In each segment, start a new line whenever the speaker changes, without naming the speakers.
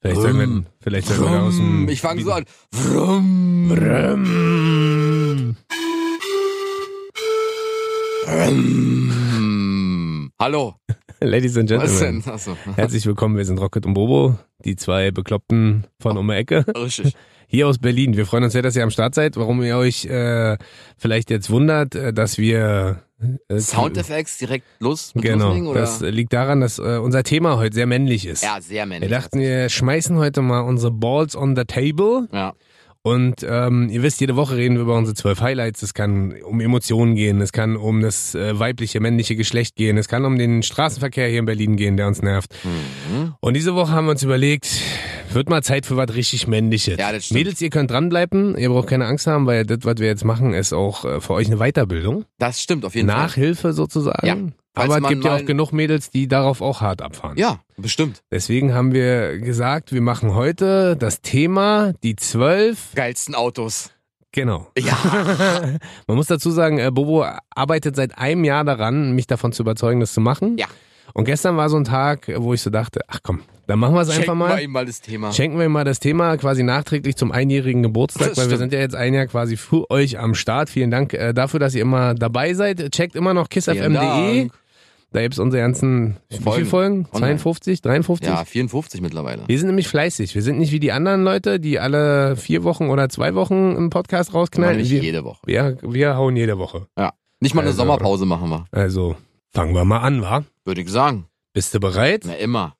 Vielleicht sagen wir, vielleicht sagen wir aus dem.
Ich fange so an. Vroom.
Brrrm.
Vroom. Hallo.
Ladies and
Was
Gentlemen,
denn? Achso.
herzlich willkommen. Wir sind Rocket und Bobo, die zwei Bekloppten von um die Ecke.
Richtig.
Hier aus Berlin. Wir freuen uns sehr, dass ihr am Start seid. Warum ihr euch äh, vielleicht jetzt wundert, äh, dass wir äh,
Soundeffects direkt los mit
Genau.
loslegen, oder?
Das liegt daran, dass äh, unser Thema heute sehr männlich ist.
ja, sehr
Wir
männlich.
dachten, wir schmeißen heute mal unsere Balls on the table.
ja.
Und ähm, ihr wisst, jede Woche reden wir über unsere zwölf Highlights. Es kann um Emotionen gehen, es kann um das äh, weibliche, männliche Geschlecht gehen, es kann um den Straßenverkehr hier in Berlin gehen, der uns nervt.
Mhm.
Und diese Woche haben wir uns überlegt, wird mal Zeit für was richtig Männliches.
Ja, das stimmt.
Mädels, ihr könnt dranbleiben, ihr braucht keine Angst haben, weil das, was wir jetzt machen, ist auch äh, für euch eine Weiterbildung.
Das stimmt auf jeden Fall.
Nachhilfe sozusagen.
Ja. Falls
Aber es
man
gibt ja
mal-
auch genug Mädels, die darauf auch hart abfahren.
Ja, bestimmt.
Deswegen haben wir gesagt, wir machen heute das Thema die zwölf.
Geilsten Autos.
Genau.
Ja.
Man muss dazu sagen, äh, Bobo arbeitet seit einem Jahr daran, mich davon zu überzeugen, das zu machen.
Ja.
Und gestern war so ein Tag, äh, wo ich so dachte, ach komm, dann machen wir es einfach
Schenken wir
mal.
ihm mal das Thema.
Schenken wir ihm mal das Thema quasi nachträglich zum einjährigen Geburtstag,
Das
weil wir
stimmt.
sind ja jetzt ein Jahr quasi für euch am Start. Vielen Dank äh, dafür, dass ihr immer dabei seid. Checkt immer noch
Vielen
kissfm.de.
Dank.
Da gibt's unsere ganzen Folgen. Wie viele
Folgen.
Folgen?
Online.
52, 53?
Ja, 54 mittlerweile.
Wir sind nämlich fleißig. Wir sind nicht wie die anderen Leute, die alle vier Wochen oder zwei Wochen einen Podcast
Nein,
rausknallen.
nicht
wir,
jede Woche.
wir, wir hauen jede Woche.
Ja. Nicht mal eine
Also-
Sommerpause machen wir.
Also fangen wir mal an, wa?
Würde ich sagen.
Bist du bereit?
Na, immer.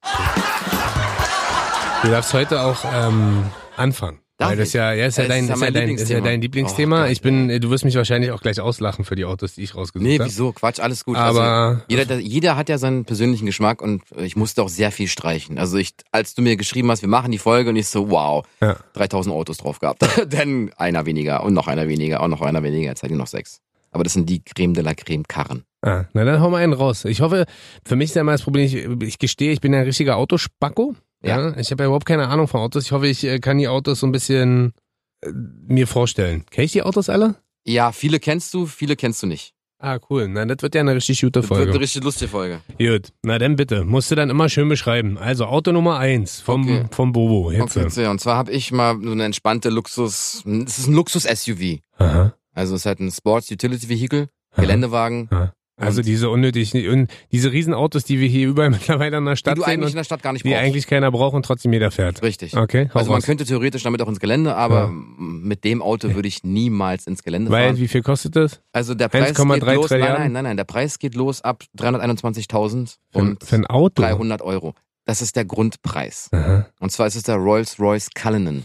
Du darfst heute auch ähm, anfangen.
Darf
Weil das
ich?
ja, ja, ist ja,
Es
dein,
ist ja
ist ja dein, ist
mein
ja
Lieblingsthema.
dein Lieblingsthema.
Oh Gott,
ich bin, äh, du wirst mich wahrscheinlich auch gleich auslachen für die Autos, die ich rausgesucht
Nee,
habe.
wieso? Quatsch, alles gut. also,
Aber
jeder, der- jeder hat ja seinen persönlichen Geschmack und äh, ich musste auch sehr viel streichen. Also ich, als du mir geschrieben hast, wir machen die Folge und ich so, wow,
Ja.
3000 Autos drauf gehabt. Dann einer weniger und noch einer weniger und noch einer weniger. Jetzt hat die noch sechs. Aber das sind die Creme de la Creme Karren.
ah, na dann hau mal einen raus. Ich hoffe, für mich ist ja mal das Problem, ich, ich gestehe, ich bin ja ein richtiger Autospacko. Ja. Ich habe ja überhaupt keine Ahnung von Autos. Ich hoffe, ich äh, kann die Autos so ein bisschen äh, mir vorstellen. Kenn ich die Autos alle?
Ja, viele kennst du, viele kennst du nicht.
Ah, cool. Na, das wird ja eine richtig gute
Das wird eine
Folge.
richtig lustige Folge.
Gut, na dann bitte. Musst du dann immer schön beschreiben. Also Auto Nummer eins vom,
Okay.
vom Bobo. Jetzt.
Okay, sehr. und zwar habe ich mal so eine entspannte Luxus, es ist ein Luxus-SUV.
Aha.
Also es ist halt ein Sports Utility Vehicle,
Aha.
Geländewagen,
Also
Und-
diese unnötig, und diese Riesenautos, die wir hier überall mittlerweile in der
die
Stadt
du
sehen
eigentlich in
und
der Stadt gar nicht
die
brauchst.
eigentlich keiner braucht und trotzdem jeder fährt.
Richtig.
Okay, hau
Also man
raus.
könnte theoretisch damit auch ins Gelände, aber
Ja.
mit dem Auto würde ich niemals ins Gelände
Weil,
fahren.
wie viel kostet das?
Also der Preis geht
1,3
los, nein,
Trilliarden?
nein, nein, nein, der Preis geht los ab 321.000
Für,
und
für ein Auto?
300 Euro. Das ist der Grundpreis.
Aha.
Und zwar ist es der Rolls-Royce Cullinan.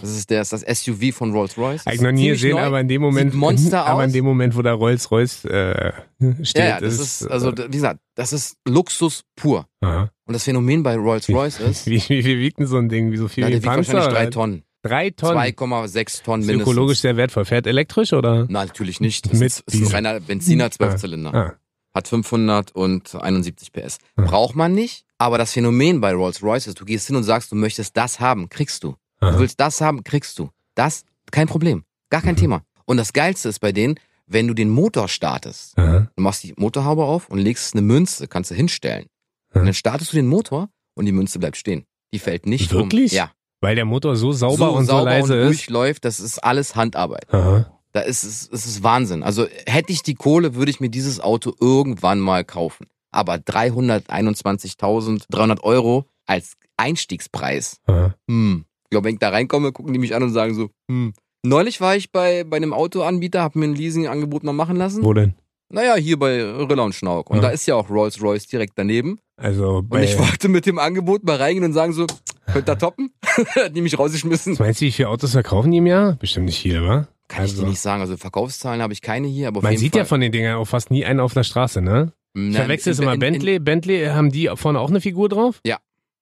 Das ist, der, ist das SUV von Rolls-Royce.
Hab ich noch nie gesehen, aber in dem Moment,
Sieht Monster
aber in
aus.
dem Moment, wo da Rolls Royce äh, steht, äh,
Ja, ja, das ist, also d- wie gesagt, das ist Luxus pur.
aha.
Und das Phänomen bei Rolls-Royce ist,
Wie, wie viel wiegt denn so ein Ding? Wie so viel?
ja,
wie
der
ein
wiegt wahrscheinlich
Panzer,
drei
oder?
Tonnen.
Drei Tonnen.
2,6 Tonnen
ist
mindestens.
ökologisch sehr wertvoll. Fährt elektrisch oder?
Na, natürlich nicht. Das
Mit
ist, ist ein
Diesel.
reiner Benziner,
Ah,
12 Zylinder.
Ah,
Hat 571 PS.
Ah.
Braucht man nicht, aber das Phänomen bei Rolls-Royce ist, du gehst hin und sagst, du möchtest das haben, kriegst du. Du
aha. Mhm.
willst das haben, kriegst du. Das, kein Problem. Gar kein Thema. Und das Geilste ist bei denen, wenn du den Motor startest,
Aha.
du machst die Motorhaube auf und legst eine Münze, kannst du hinstellen.
Ah.
Und dann startest du den Motor und die Münze bleibt stehen. Die fällt nicht
Wirklich?
um. Ja.
Weil der Motor so sauber
so
und
sauber
so leise
und
ist.
durchläuft, das ist alles Handarbeit.
Aha.
Da ist es, es ist Wahnsinn. Also hätte ich die Kohle, würde ich mir dieses Auto irgendwann mal kaufen. Aber 321.300 Euro als Einstiegspreis.
Aha.
Hm. Ich glaube, wenn ich da reinkomme, gucken die mich an und sagen so, hm. Neulich war ich bei, bei einem Autoanbieter, habe mir ein Leasingangebot mal machen lassen.
Wo denn?
Naja, hier bei Riller und Schnauk. Und
Ja.
da ist ja auch Rolls-Royce direkt daneben.
Also
Und
bei,
ich wollte mit dem Angebot mal reingehen und sagen so, könnt ihr toppen? Hat die mich rausgeschmissen.
was meinst du, wie viele Autos verkaufen die im Jahr? Bestimmt nicht viele, wa?
Kann ich
also,
dir nicht sagen. Also Verkaufszahlen habe ich keine hier, aber auf
Man
jeden
sieht
Fall.
ja von den Dingern auch fast nie einen auf der Straße, ne? Ich
Nein,
verwechsel es
in-
immer.
in-
Bentley, Bentley, haben die vorne auch eine Figur drauf?
Ja.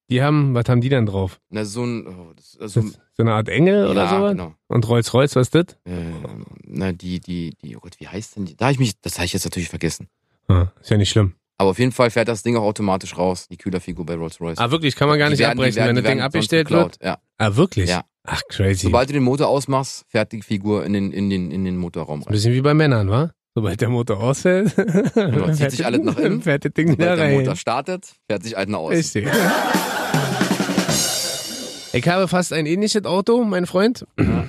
Die haben, was haben die denn drauf?
In, na, so ein, oh, das, äh,
So,
so ein
so eine Art Engel oder
ja,
sowas?
genau.
Und Rolls-Royce, was ist das?
Ähm, na, die, die, die, oh Gott, wie heißt denn die? Da hab ich mich, das habe ich jetzt natürlich vergessen.
Ah, ist ja nicht schlimm.
Aber auf jeden Fall fährt das Ding auch automatisch raus, die Kühlerfigur bei Rolls-Royce.
Ah, wirklich, kann man gar
Die
nicht
werden- die
abbrechen,
werden-
wenn
die
das Ding
werden sonst
abgestellt wird.
geklaut. Ja.
Ah, wirklich?
Ja.
Ach, crazy.
Sobald du den Motor ausmachst, fährt die Figur in den, in den, in den Motorraum
Ein
rein.
bisschen wie bei Männern, wa? Sobald der Motor ausfällt,
Genau, zieht
fährt
sich
das-
alles nach innen.
Fährt das Ding wieder
Sobald der Motor
rein.
startet, fährt sich einer aus.
Richtig. Ich habe fast ein ähnliches Auto, mein Freund.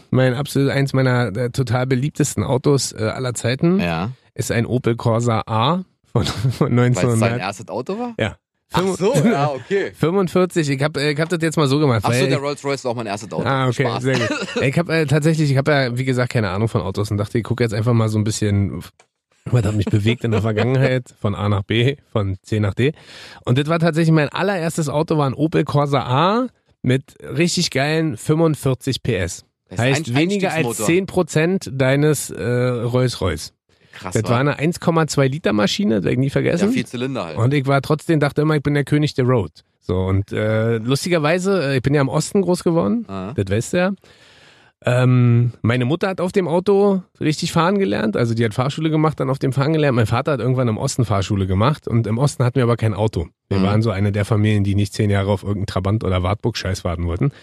Mein absolut eins meiner äh, total beliebtesten Autos äh, aller Zeiten
Ja.
ist ein Opel Corsa A von, von
Weil es sein
1900.
erstes Auto war?
Ja.
Ach so, ja, okay.
45. Ich habe ich hab das jetzt mal so gemacht.
Ach
weil
so, der
ich-
Rolls Royce war auch mein erstes Auto.
Ah, okay,
Spaß.
sehr gut. Ich habe äh, tatsächlich, ich habe ja, wie gesagt, keine Ahnung von Autos und dachte, ich gucke jetzt einfach mal so ein bisschen, was hat mich bewegt in der Vergangenheit, von A nach B, von C nach D. Und das war tatsächlich mein allererstes Auto, war ein Opel Corsa A mit richtig geilen 45 PS.
Das ist
Heißt
ein
weniger als
Einstiegsmotor.
10% deines äh, Rolls-Royce.
Krass,
Das war eine 1,2 Liter Maschine, das werd ich nie
ja,
vergessen.
vier Zylinder halt.
Und ich war trotzdem, dachte immer, ich bin der König der Road. So, und äh, lustigerweise, äh, ich bin ja im Osten groß geworden,
Ah.
das weißt du ja. Ähm, meine Mutter hat auf dem Auto richtig fahren gelernt, also die hat Fahrschule gemacht, dann auf dem Fahren gelernt. Mein Vater hat irgendwann im Osten Fahrschule gemacht und im Osten hatten wir aber kein Auto. Wir
Mhm.
waren so eine der Familien, die nicht zehn Jahre auf irgendeinen Trabant oder Wartburg-Scheiß warten wollten.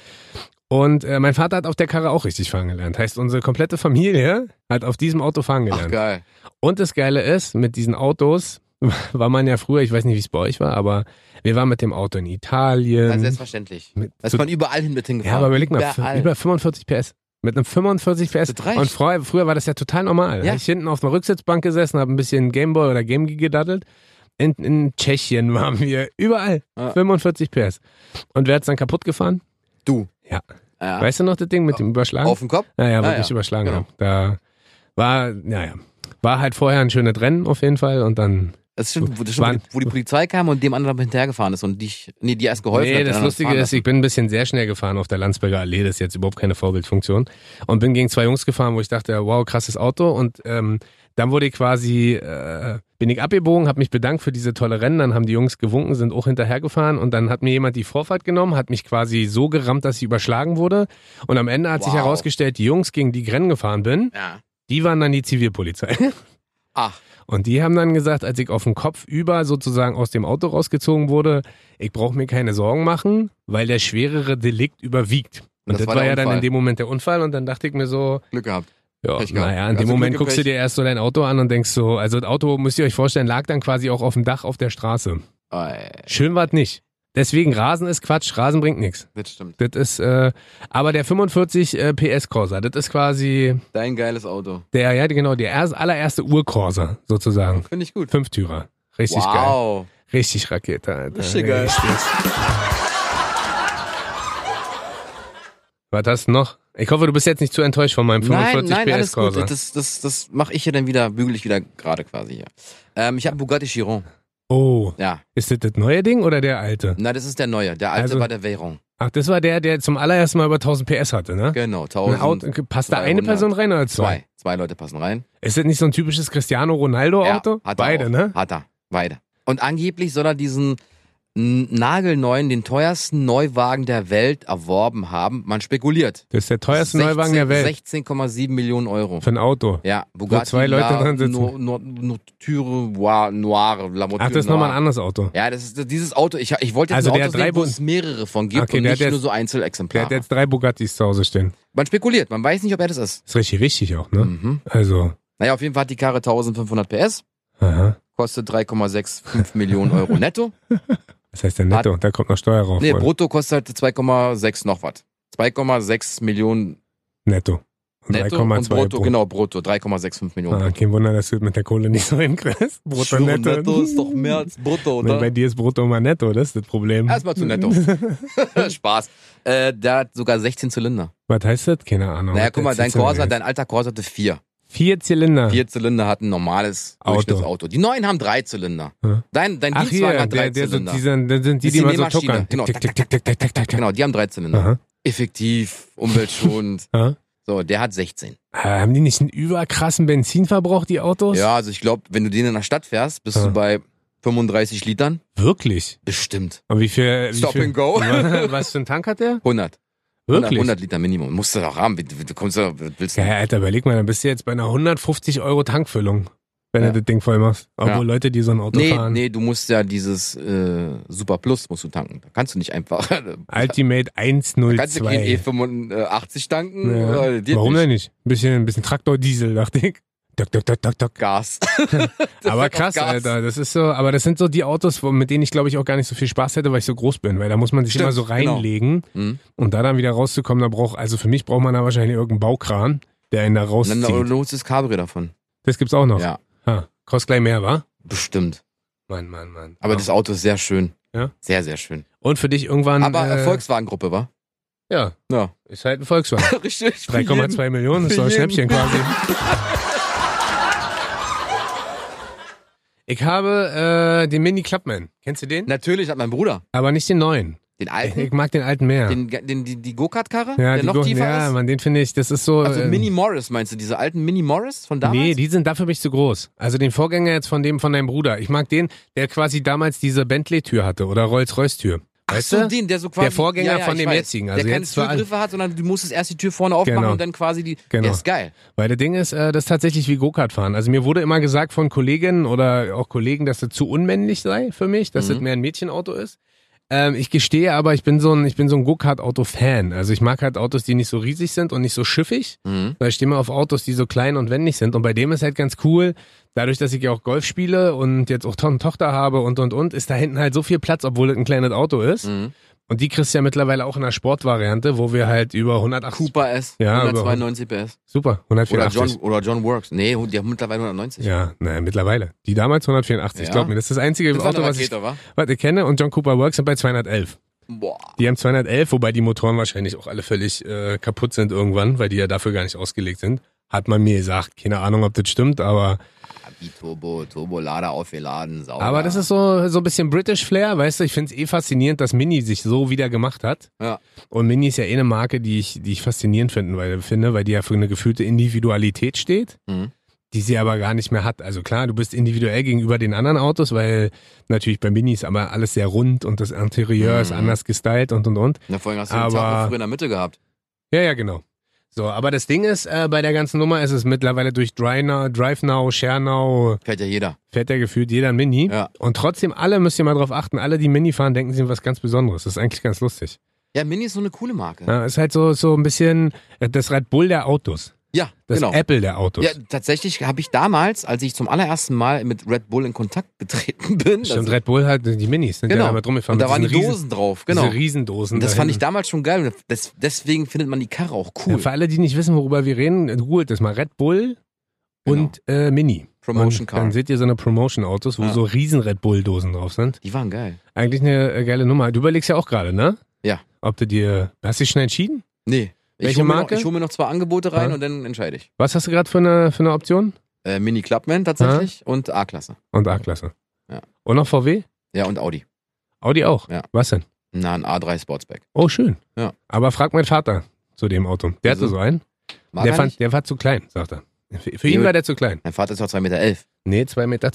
Und äh, mein Vater hat auf der Karre auch richtig fahren gelernt. Heißt, unsere komplette Familie hat auf diesem Auto fahren gelernt.
Ach, geil.
Und das Geile ist, mit diesen Autos war man ja früher, ich weiß nicht, wie es bei euch war, aber wir waren mit dem Auto in
Ja,
Italien.
selbstverständlich.
Ähm, Mit,
Da ist
zu,
man überall hin mit
ja,
hingefahren.
aber überleg mal, f-
überall.
über 45 PS. Mit einem 45 PS.
Das reicht.
Und früher, früher war das ja total normal.
Ja.
Hab Ich hinten auf der Rücksitzbank gesessen, habe ein bisschen Gameboy oder Game Gear gedaddelt. In, in Tschechien waren wir überall.
Ja.
45 PS. Und wer hat's dann kaputt gefahren?
Du.
Ja.
Ja.
Weißt du noch das Ding mit dem Überschlagen?
Ah. Auf den Kopf?
Naja,
Ah,
wirklich
ja.
überschlagen
Genau.
haben. Da war, naja, war halt vorher ein schönes Rennen auf jeden Fall und dann.
Das ist schon, wo, das ist schon, wo,
Wann?
die, wo die Polizei kam und dem anderen hinterhergefahren ist und dich, nee, die erst geholfen
nee,
hat. den
das
anderen
Lustige
fahren
ist, ich bin ein bisschen sehr schnell gefahren auf der Landsberger Allee, das ist jetzt überhaupt keine Vorbildfunktion. Und bin gegen zwei Jungs gefahren, wo ich dachte, wow, krasses Auto. Und ähm, dann wurde ich quasi, äh, bin ich abgebogen, habe mich bedankt für diese tolle Rennen, dann haben die Jungs gewunken, sind auch hinterhergefahren und dann hat mir jemand die Vorfahrt genommen, hat mich quasi so gerammt, dass ich überschlagen wurde. Und am Ende hat sich
Wow.
herausgestellt, die Jungs, gegen die ich Rennen gefahren bin,
lassen. Ja. Ah,
die waren dann die Zivilpolizei.
Ach,
Und die haben dann gesagt, als ich auf dem Kopf über sozusagen aus dem Auto rausgezogen wurde, ich brauche mir keine Sorgen machen, weil der schwerere Delikt überwiegt. Und das, war,
der
ja dann
Unfall.
in dem Moment der Unfall und dann dachte ich mir so,
Glück gehabt.
ja,
Pech gehabt.
naja, in dem
Also
Moment
Glück im
guckst du
Pech.
dir erst so dein Auto an und denkst so, also das Auto, müsst ihr euch vorstellen, lag dann quasi auch auf dem Dach auf der Straße.
Ey,
Schön war's nicht. Deswegen Rasen ist Quatsch, Rasen bringt nichts.
das stimmt.
Das ist, äh, aber der 45 äh, PS Corsa, das ist quasi
Dein geiles Auto.
der, ja genau, der erst, allererste Ur-Corsa sozusagen.
Finde ich gut.
Fünftürer. Richtig geil.
wow.
Richtig Rakete, Alter.
Richtig geil.
Was hast du noch? Ich hoffe, du bist jetzt nicht zu enttäuscht von meinem
Nein,
45
nein, alles
PS
gut.
Corsa.
Das, das, das mache ich hier dann wieder, bügel ich wieder gerade quasi hier. Ähm, ich habe Bugatti Chiron.
Oh,
Ja.
ist das das neue Ding oder der alte?
Na, das ist der neue. Der alte
Also-
war der Währung.
Ach, das war der, der zum allerersten Mal über 1000 PS hatte, ne?
Genau,
Ein
1000.
Auto, passt da eine
300.
Person rein oder zwei?
Zwei. Zwei Leute passen rein.
Ist das nicht so ein typisches Cristiano Ronaldo Auto?
hat er
Beide,
auch.
ne?
Hat er, beide. Und angeblich soll er diesen n- nagelneuen, den teuersten Neuwagen der Welt erworben haben. Man spekuliert.
Das ist der teuerste Neuwagen der Welt
16,7 Millionen Euro.
für ein Auto.
Ja, Bugatti.
zwei Leute
La-
drin sitzen.
No, no, no, Türe, Noir, Noire, La
Ach, das ist nochmal ein anderes Auto.
Ja, das ist dieses Auto. Ich, ich wollte jetzt
Also
ein
der
Auto
hat drei
sehen, wo
Bun-
es mehrere von gibt
Okay,
und
der
nicht
hat
nur
jetzt-
so
Der hat
Einzelexemplare.
jetzt drei Bugattis zu Hause stehen.
Man spekuliert, man weiß nicht, ob er das ist.
Ist richtig wichtig auch, ne?
Mhm.
Also,
Naja, auf jeden Fall hat die Karre 1500 PS,
aha.
kostet 3,65 Millionen Euro netto.
Das heißt der Netto, da kommt noch Steuer rauf.
Nee,
oder?
brutto kostet halt 2,6 noch was. 2,6 Millionen
Netto. Und
netto und
3,2
brutto,
pro.
genau, brutto, 3,65 Millionen.
Ah, kein Wunder, dass du mit der Kohle nicht so hinkriegst.
Ich
Brutto,
schwöre,
netto.
ist doch mehr als brutto,
Nee, bei
oder?
dir ist brutto immer netto, das ist das Problem.
Erstmal zu netto. Spaß. Äh, der hat sogar 16 Zylinder.
Was heißt das? Keine Ahnung.
naja,
Was
guck mal,
das
dein
jetzt so
Corsa,
ist.
dein alter Corsa hatte vier.
Vier Zylinder.
Vier Zylinder hat ein normales
Auto.
Durchschnittsauto. Die neuen haben drei Zylinder.
Ja.
Dein, dein
Ach
Dienstwagen
hier,
hat drei
der, der, sind,
Zylinder.
die, sind, das sind die,
Ist
die
die
mal so
Nähmaschine,
tuckern.
genau.
Tick, tick, tick, tick, tick, tick, tick, tick.
genau, die haben drei Zylinder.
Aha.
Effektiv, umweltschonend.
Aha.
so, der hat 16.
Äh, Haben die nicht einen überkrassen Benzinverbrauch, die Autos?
Ja, also ich glaube, wenn du den in der Stadt fährst, bist
Ja.
du bei 35 Litern.
Wirklich?
Bestimmt.
Und wie viel?
Stop
wie viel
and go.
Was für ein Tank hat der?
100. 100,
Wirklich?
100 Liter Minimum. Musst du doch haben. Du, du kommst ja, willst du.
Ja, Alter, überleg mal, dann bist du jetzt bei einer 150 Euro Tankfüllung, wenn
Ja.
du das Ding voll machst. Obwohl
Ja.
Leute, die so ein Auto
Nee,
fahren.
nee, du musst ja dieses äh, Super Plus musst du tanken. Da kannst du nicht einfach.
Ultimate
kannst du keinen
102.
E85 tanken?
Ja.
Oder, geht
Warum
äh, nicht.
denn nicht? Ein bisschen, ein bisschen Traktordiesel, dachte ich. dock, dock, dock, dock, dock.
Gas.
Aber
hat auch
krass,
Gas.
Alter. Das ist so, aber das sind so die Autos, wo- mit denen ich glaube ich auch gar nicht so viel Spaß hätte, weil ich so groß bin, weil da muss man sich
Stimmt,
immer so
genau.
reinlegen
Mhm.
und da dann wieder rauszukommen, da braucht, also für mich braucht man da wahrscheinlich irgendeinen Baukran, der ihn da
Und dann
rauszieht.
holst du das Cabrio davon.
Das gibt's auch noch.
Ja,
Ha, kostet gleich mehr, wa?
bestimmt.
Mann, Mann, Mann.
Aber
Ja.
das Auto ist sehr schön.
Ja?
Sehr, sehr schön.
und für dich irgendwann.
Aber
äh,
äh, Volkswagen-Gruppe, war?
Ja,
Ja.
ist halt ein Volkswagen.
Richtig. für
3,2 Millionen ist
Für
doch ein
jeden.
Schnäppchen quasi. Ich habe äh, den Mini Clubman. Kennst du den?
jeden. Natürlich hat mein Bruder.
Aber nicht den neuen.
Den
Ich,
alten.
ich mag den alten mehr.
Den, den, die, die Go-Kart-Karre,
ja,
der
die
noch
Gurken-
tiefer
ja,
ist.
Mann, den finde ich, das ist so.
Also
äh,
Mini Morris, meinst du, diese alten Mini Morris von damals?
Nee, die sind dafür mich zu groß. Also den Vorgänger jetzt von dem von deinem Bruder. Ich mag den, der quasi damals diese Bentley-Tür hatte oder Rolls-Royce-Tür.
Ach
Weißt
so,
du?
den, der so quasi.
Der Vorgänger
ja, ja,
von
ich
dem
weiß.
jetzigen, also
der
jetzt war-
keine Türgriffe hat, sondern du musstest erst die Tür vorne aufmachen
Genau.
und dann quasi die.
Genau.
Der ist geil.
Weil das Ding ist, äh, das ist tatsächlich wie Go-Kart fahren. Also mir wurde immer gesagt von Kolleginnen oder auch Kollegen, dass das zu unmännlich sei für mich, dass
Mhm.
das mehr ein Mädchenauto ist. Ähm, ich gestehe aber, ich bin so ein, ich bin so ein Go-Kart-Auto-Fan. Also ich mag halt Autos, die nicht so riesig sind und nicht so schiffig.
Mhm.
Weil ich stehe mal auf Autos, die so klein und wendig sind. Und bei dem ist halt ganz cool, dadurch, dass ich ja auch Golf spiele und jetzt auch to eine Tochter habe und und und, ist da hinten halt so viel Platz, obwohl das ein kleines Auto ist.
Mhm.
Und die kriegst du ja mittlerweile auch in der Sportvariante, wo wir halt über 180,
Cooper S,
Ja,
192 PS.
super,
Oder
184.
John, oder John Works. Nee, der hat mittlerweile 190.
Ja, naja, mittlerweile. Die damals 184,
Ja.
glaub mir. Das ist das einzige
Das ist
Auto,
eine
was ich,
Rakete, wa?
was ich kenne. Und John Cooper Works sind bei 211.
Boah.
Die haben 211, wobei die Motoren wahrscheinlich auch alle völlig äh, kaputt sind irgendwann, weil die ja dafür gar nicht ausgelegt sind. Hat man mir gesagt. Keine Ahnung, ob das stimmt, aber.
Wie Turbo, Turbolader aufgeladen, sauber.
Aber das ist so, so ein bisschen British Flair, weißt du? Ich find's eh faszinierend, dass Mini sich so wieder gemacht hat.
Ja.
Und Mini ist ja eh eine Marke, die ich, die ich faszinierend finden, weil, finde, weil die ja für eine gefühlte Individualität steht.
Mhm.
die sie aber gar nicht mehr hat. Also klar, du bist individuell gegenüber den anderen Autos, weil natürlich bei Mini ist aber alles sehr rund und das Interieur ist
Mhm.
anders gestylt und und und.
Na, vorhin hast du den
Aber-
Tacho früher in der Mitte gehabt.
Ja, ja, genau. So, aber das Ding ist, äh, bei der ganzen Nummer ist es mittlerweile durch Dry Now, Drive Now, Share Now,
Fährt ja jeder.
fährt ja gefühlt jeder ein Mini.
Ja.
Und trotzdem, alle müsst ihr mal drauf achten, alle, die Mini fahren, denken, sie sind was ganz Besonderes. Das ist eigentlich ganz lustig.
Ja, Mini ist so eine coole Marke. Ja,
Ja, ist halt so, so ein bisschen äh, das Red Bull der Autos. Das
genau.
Apple der Autos.
Ja, tatsächlich habe ich damals, als ich zum allerersten Mal mit Red Bull in Kontakt getreten bin, das-
Stimmt, Red Bull halt, die Minis sind
genau.
ja damit rumgefahren.
und da
mit
waren die
diesen riesen-
Dosen drauf, genau.
Diese Riesendosen.
Und das
da
fand ich
hinten.
damals schon geil. Und Das, deswegen findet man die Karre auch cool.
Ja, für alle, die nicht wissen, worüber wir reden, googelt das mal. Red Bull
Genau.
und äh, Mini.
Promotion
und
Car.
Dann seht ihr so eine Promotion-Autos, wo
Ja.
so riesen Red Bull-Dosen drauf sind.
Die waren geil.
Eigentlich eine äh, geile Nummer. Du überlegst ja auch gerade, ne?
Ja.
Ob du dir. Hast du dich schon entschieden?
Nee. Ich
Welche
hole mir, noch-
Marke?
ich hol mir noch zwei Angebote rein
Ja.
und dann entscheide ich.
Was hast du gerade für eine, für eine Option?
Äh, Mini Clubman tatsächlich und A-Klasse.
Und A-Klasse.
Ja.
Und noch VW?
Ja, und Audi.
Audi auch.
Ja.
Was denn?
Na, ein A3 Sportsback.
Oh, schön.
Ja.
Aber frag meinen Vater zu dem Auto. Der
Wieso?
hatte so einen.
Mag
der,
er
fand,
nicht?
der war zu klein, sagt er. Für, für
Ja,
ihn
gut.
war der zu klein.
Mein Vater ist doch 2,11 Meter. Elf.
Nee, 2,12 Meter.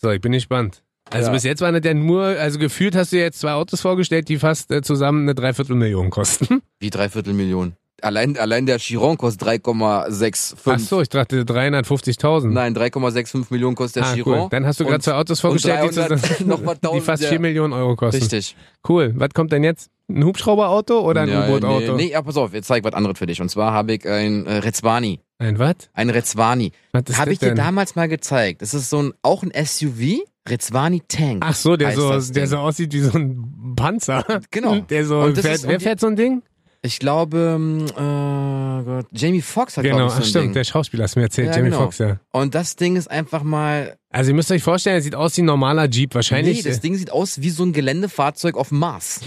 So, ich bin gespannt. Also
Ja.
bis jetzt waren das ja nur, also gefühlt hast du dir jetzt zwei Autos vorgestellt, die fast äh, zusammen eine Dreiviertelmillion kosten.
Wie dreiviertel Millionen. Allein, allein der Chiron kostet 3,65.
Ach so, ich dachte 350.000.
Nein, 3,65 Millionen kostet der
ah,
Chiron.
cool. Dann hast du
Und-
gerade zwei Autos vorgestellt, die,
300
zusammen,
noch mal
die
1000,
fast
ja.
4 Millionen Euro kosten.
Richtig.
Cool. Was kommt denn jetzt? Ein Hubschrauberauto oder ein
Ja,
U-Boot-Auto?
Nee, nee, ja, pass auf, jetzt zeig was anderes für dich. Und zwar habe ich ein äh, Rezwani.
Ein was?
Ein Rezwani.
Was ist
Habe
das
ich dir
denn?
damals mal gezeigt. Das ist so ein, auch ein SUV, Rezwani Tank.
Ach so, der
heißt
so,
das
der
Ding.
so aussieht wie so ein Panzer.
Genau.
Der so
Und das
fährt,
ist- und
wer
die-
fährt so ein Ding?
Ich glaube, ähm, äh, Gott, Jamie Foxx hat
Genau,
glaube ich so
ach
ein
stimmt,
Ding.
der Schauspieler hast mir erzählt,
Ja,
Jamie
genau.
Foxx, ja.
Und das Ding ist einfach mal,
Also ihr müsst euch vorstellen, er sieht aus wie ein normaler Jeep.
nee,
Wahrscheinlich.
das Ding sieht aus wie so ein Geländefahrzeug auf dem Mars.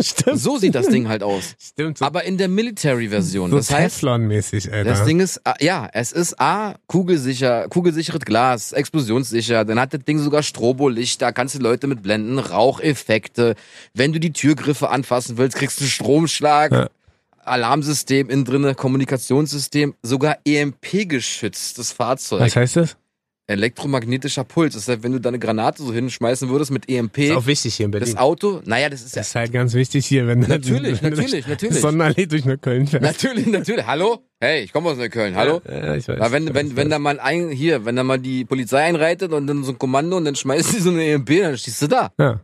stimmt,
So sieht das Ding halt aus.
stimmt. So,
Aber in der Military-Version.
so
das heißt,
Teflon-mäßig, Alter.
Das Ding ist, ah, ja, es ist A, kugelsicher, kugelsicheres Glas, explosionssicher, dann hat das Ding sogar Strobolichter, kannst du Leute mit blenden, Raucheffekte. Wenn du die Türgriffe anfassen willst, kriegst du einen Stromschlag.
Ja.
Alarmsystem innen drinne, Kommunikationssystem, sogar EMP-geschütztes Fahrzeug.
Was heißt das?
Elektromagnetischer Puls. Das heißt, wenn du deine Granate so hinschmeißen würdest mit
Ist
EMP,
auch wichtig hier in Berlin.
das Auto, naja, das ist ja.
Das ist halt ganz wichtig hier, wenn
Natürlich,
wenn du
natürlich, natürlich.
Sonderallee durch nach Köln fährst.
Natürlich, natürlich. Hallo? Hey, ich komme aus Neukölln. Hallo?
Ja, ich weiß.
Aber wenn, wenn, wenn da mal ein, hier, wenn da mal die Polizei einreitet und dann so ein Kommando und dann schmeißt die so eine EMP, dann stehst du da.
ja.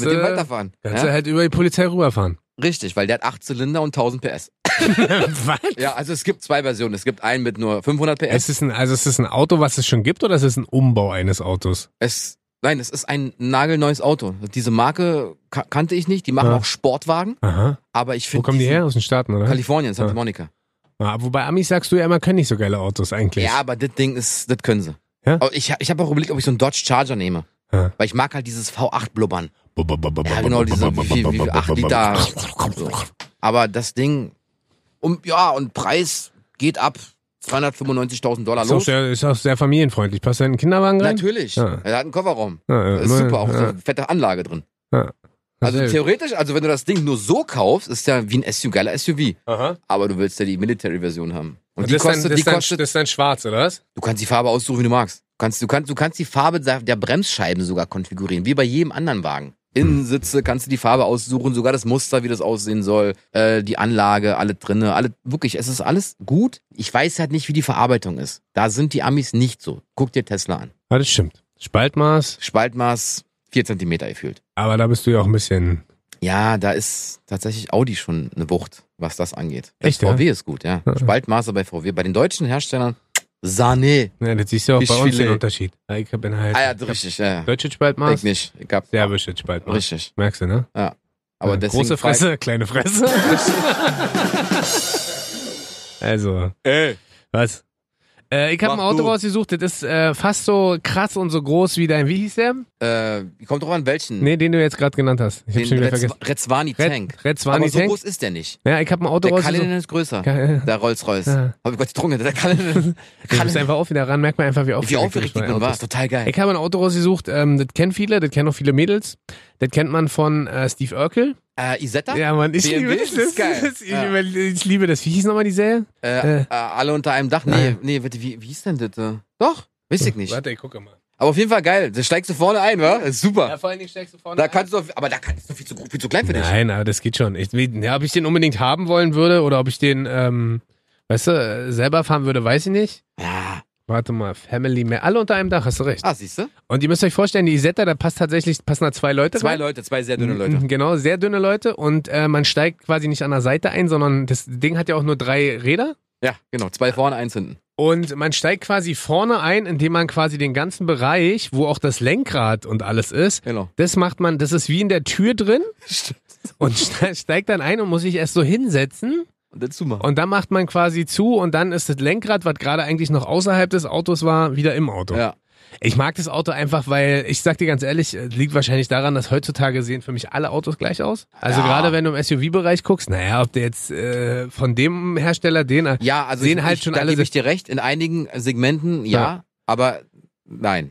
Weißt
mit dem
du,
weiterfahren.
Kannst
Ja?
du halt über die Polizei rüberfahren.
Richtig, weil der hat 8 Zylinder und 1000 PS.
Was?
Ja, also es gibt zwei Versionen. Es gibt einen mit nur 500 PS.
Es ist ein, also es ist ein Auto, was es schon gibt, oder es ist ein Umbau eines Autos?
Es, nein, es ist ein nagelneues Auto. Diese Marke ka kannte ich nicht. Die machen
Ja.
auch Sportwagen,
Aha.
aber ich finde.
Wo kommen die her? Aus den Staaten, oder?
Kalifornien, Santa
Ja.
Monica.
Ah, wobei Amis sagst du ja immer, können nicht so geile Autos eigentlich.
Ja, aber das Ding ist, das können sie.
Ja?
Aber Ich, ich habe auch überlegt, ob ich so einen Dodge Charger nehme.
Ja.
Weil ich mag halt dieses V8 blubbern.
ja
Ja, genau, diese wie viel, wie viel 8 Liter. So. Aber das Ding, um, ja, und Preis geht ab 295.000 Dollar
Ist auch,
los.
sehr, ist auch sehr familienfreundlich. Passt da in den Kinderwagen rein?
Natürlich.
Ja.
Er hat einen Kofferraum.
Ja,
Das ist
ja,
super, auch so
ja,
eine fette Anlage drin.
ja.
Also
Sehr-
theoretisch, also wenn du das Ding nur so kaufst, ist ja wie ein SUV, geiler SUV.
Aha.
Aber du willst ja die Military-Version haben. Und
Und
die
das,
kostet,
ist dann, das,
die
ist dann,
kostet,
das ist dann schwarz, oder was?
du kannst die Farbe aussuchen, wie du magst. Du kannst, du kannst, du kannst die Farbe der der Bremsscheiben sogar konfigurieren, wie bei jedem anderen Wagen.
Hm.
Innensitze kannst du die Farbe aussuchen, sogar das Muster, wie das aussehen soll, äh, die Anlage, alle drinne, alle, wirklich, es ist alles gut. Ich weiß halt nicht, wie die Verarbeitung ist. Da sind die Amis nicht so. Guck dir Tesla an.
Ja, das stimmt. Spaltmaß,
Spaltmaß vier Zentimeter gefühlt.
aber da bist du ja auch ein bisschen.
Ja, da ist tatsächlich Audi schon eine Wucht, was das angeht. Bei
Echt, ja?
VW ist gut, ja. Spaltmaße bei VW. Bei den deutschen Herstellern, Sahne.
Ja, ne, das siehst du auch
Ist
bei uns
Filet.
den Unterschied. Ja, Ich bin halt.
Ah ja,
ich hab
richtig, ja. ja.
Deutsches
Ich
Spaltmaß,
nicht. Ich hab,
serbisches Spaltmaß.
richtig.
Merkst du, ne?
Aber
Ja,
deswegen
Große
frag-
Fresse, kleine Fresse. also,
Ey.
was? Äh, ich habe ein
Mach
Auto
du.
rausgesucht, das ist äh, fast so krass und so groß wie dein, wie hieß der?
Äh, kommt drauf an, welchen.
Nee, den du jetzt gerade genannt hast. Ich habe schon
den
wieder
Rez
vergessen.
Rezwani Tank.
Red, Red
Aber
Swani
so
Tank.
groß ist der nicht.
ja, ich habe ein Auto
Der
rausgesucht.
Kalinen ist größer.
Ka-
Der Rolls-Royce.
Ja.
Hab ich gerade getrunken. Der Kalinen.
Ich muss einfach auch wieder ran, merkt man einfach, wie
Wie
aufgeregt,
aufgeregt ich
ich bei
bin, war.
Autos.
Total geil.
Ich habe ein Auto rausgesucht, ähm, das kennen viele, das kennen auch viele Mädels. Das kennt man von äh, Steve Urkel.
Äh, Isetta?
Ja, Mann, ich
BMW,
liebe
das
das.
ist geil.
das- ich,
Ja.
über- ich liebe das. Wie hieß nochmal die Serie? Äh.
Äh, äh, alle unter einem Dach? Nee, nee, warte, wie, wie hieß denn das? äh? Doch, weiß ich nicht.
Hm, Warte, ich gucke mal.
Aber auf jeden Fall geil. Da steigst du vorne ein, wa? Ist super.
vor allen Dingen steigst du vorne.
Da kannst du, auf, aber da kannst du viel zu, gro- viel zu klein für dich.
Nein, aber das geht schon. Ich, wie- ja, ob ich den unbedingt haben wollen würde oder ob ich den, ähm, weißt du, äh, selber fahren würde, weiß ich nicht.
Ja.
Warte mal, Family mehr. Alle unter einem Dach, hast du recht.
Ah, siehst du?
Und ihr müsst euch vorstellen, die Isetta, da passt tatsächlich, passen da zwei Leute
Zwei
rein.
Leute, zwei sehr dünne Leute.
Mhm, Genau, sehr dünne Leute und äh, man steigt quasi nicht an der Seite ein, sondern das Ding hat ja auch nur drei Räder.
Ja, genau. Zwei vorne, eins hinten.
Und man steigt quasi vorne ein, indem man quasi den ganzen Bereich, wo auch das Lenkrad und alles ist,
Genau.
das macht man, das ist wie in der Tür drin
Stimmt.
und ste- steigt dann ein und muss sich erst so hinsetzen.
Und dazu mal.
Und dann macht man quasi zu und dann ist das Lenkrad, was gerade eigentlich noch außerhalb des Autos war, wieder im Auto.
Ja.
Ich mag das Auto einfach, weil ich sag dir ganz ehrlich, es liegt wahrscheinlich daran, dass heutzutage sehen für mich alle Autos gleich aus. Also
Ja.
gerade wenn du im SUV-Bereich guckst, naja, ob der jetzt äh, von dem Hersteller den.
Ja, also
Sehen
ich,
halt
ich,
schon
da
alle
gebe ich dir recht. In einigen Segmenten ja,
Ja.
aber nein.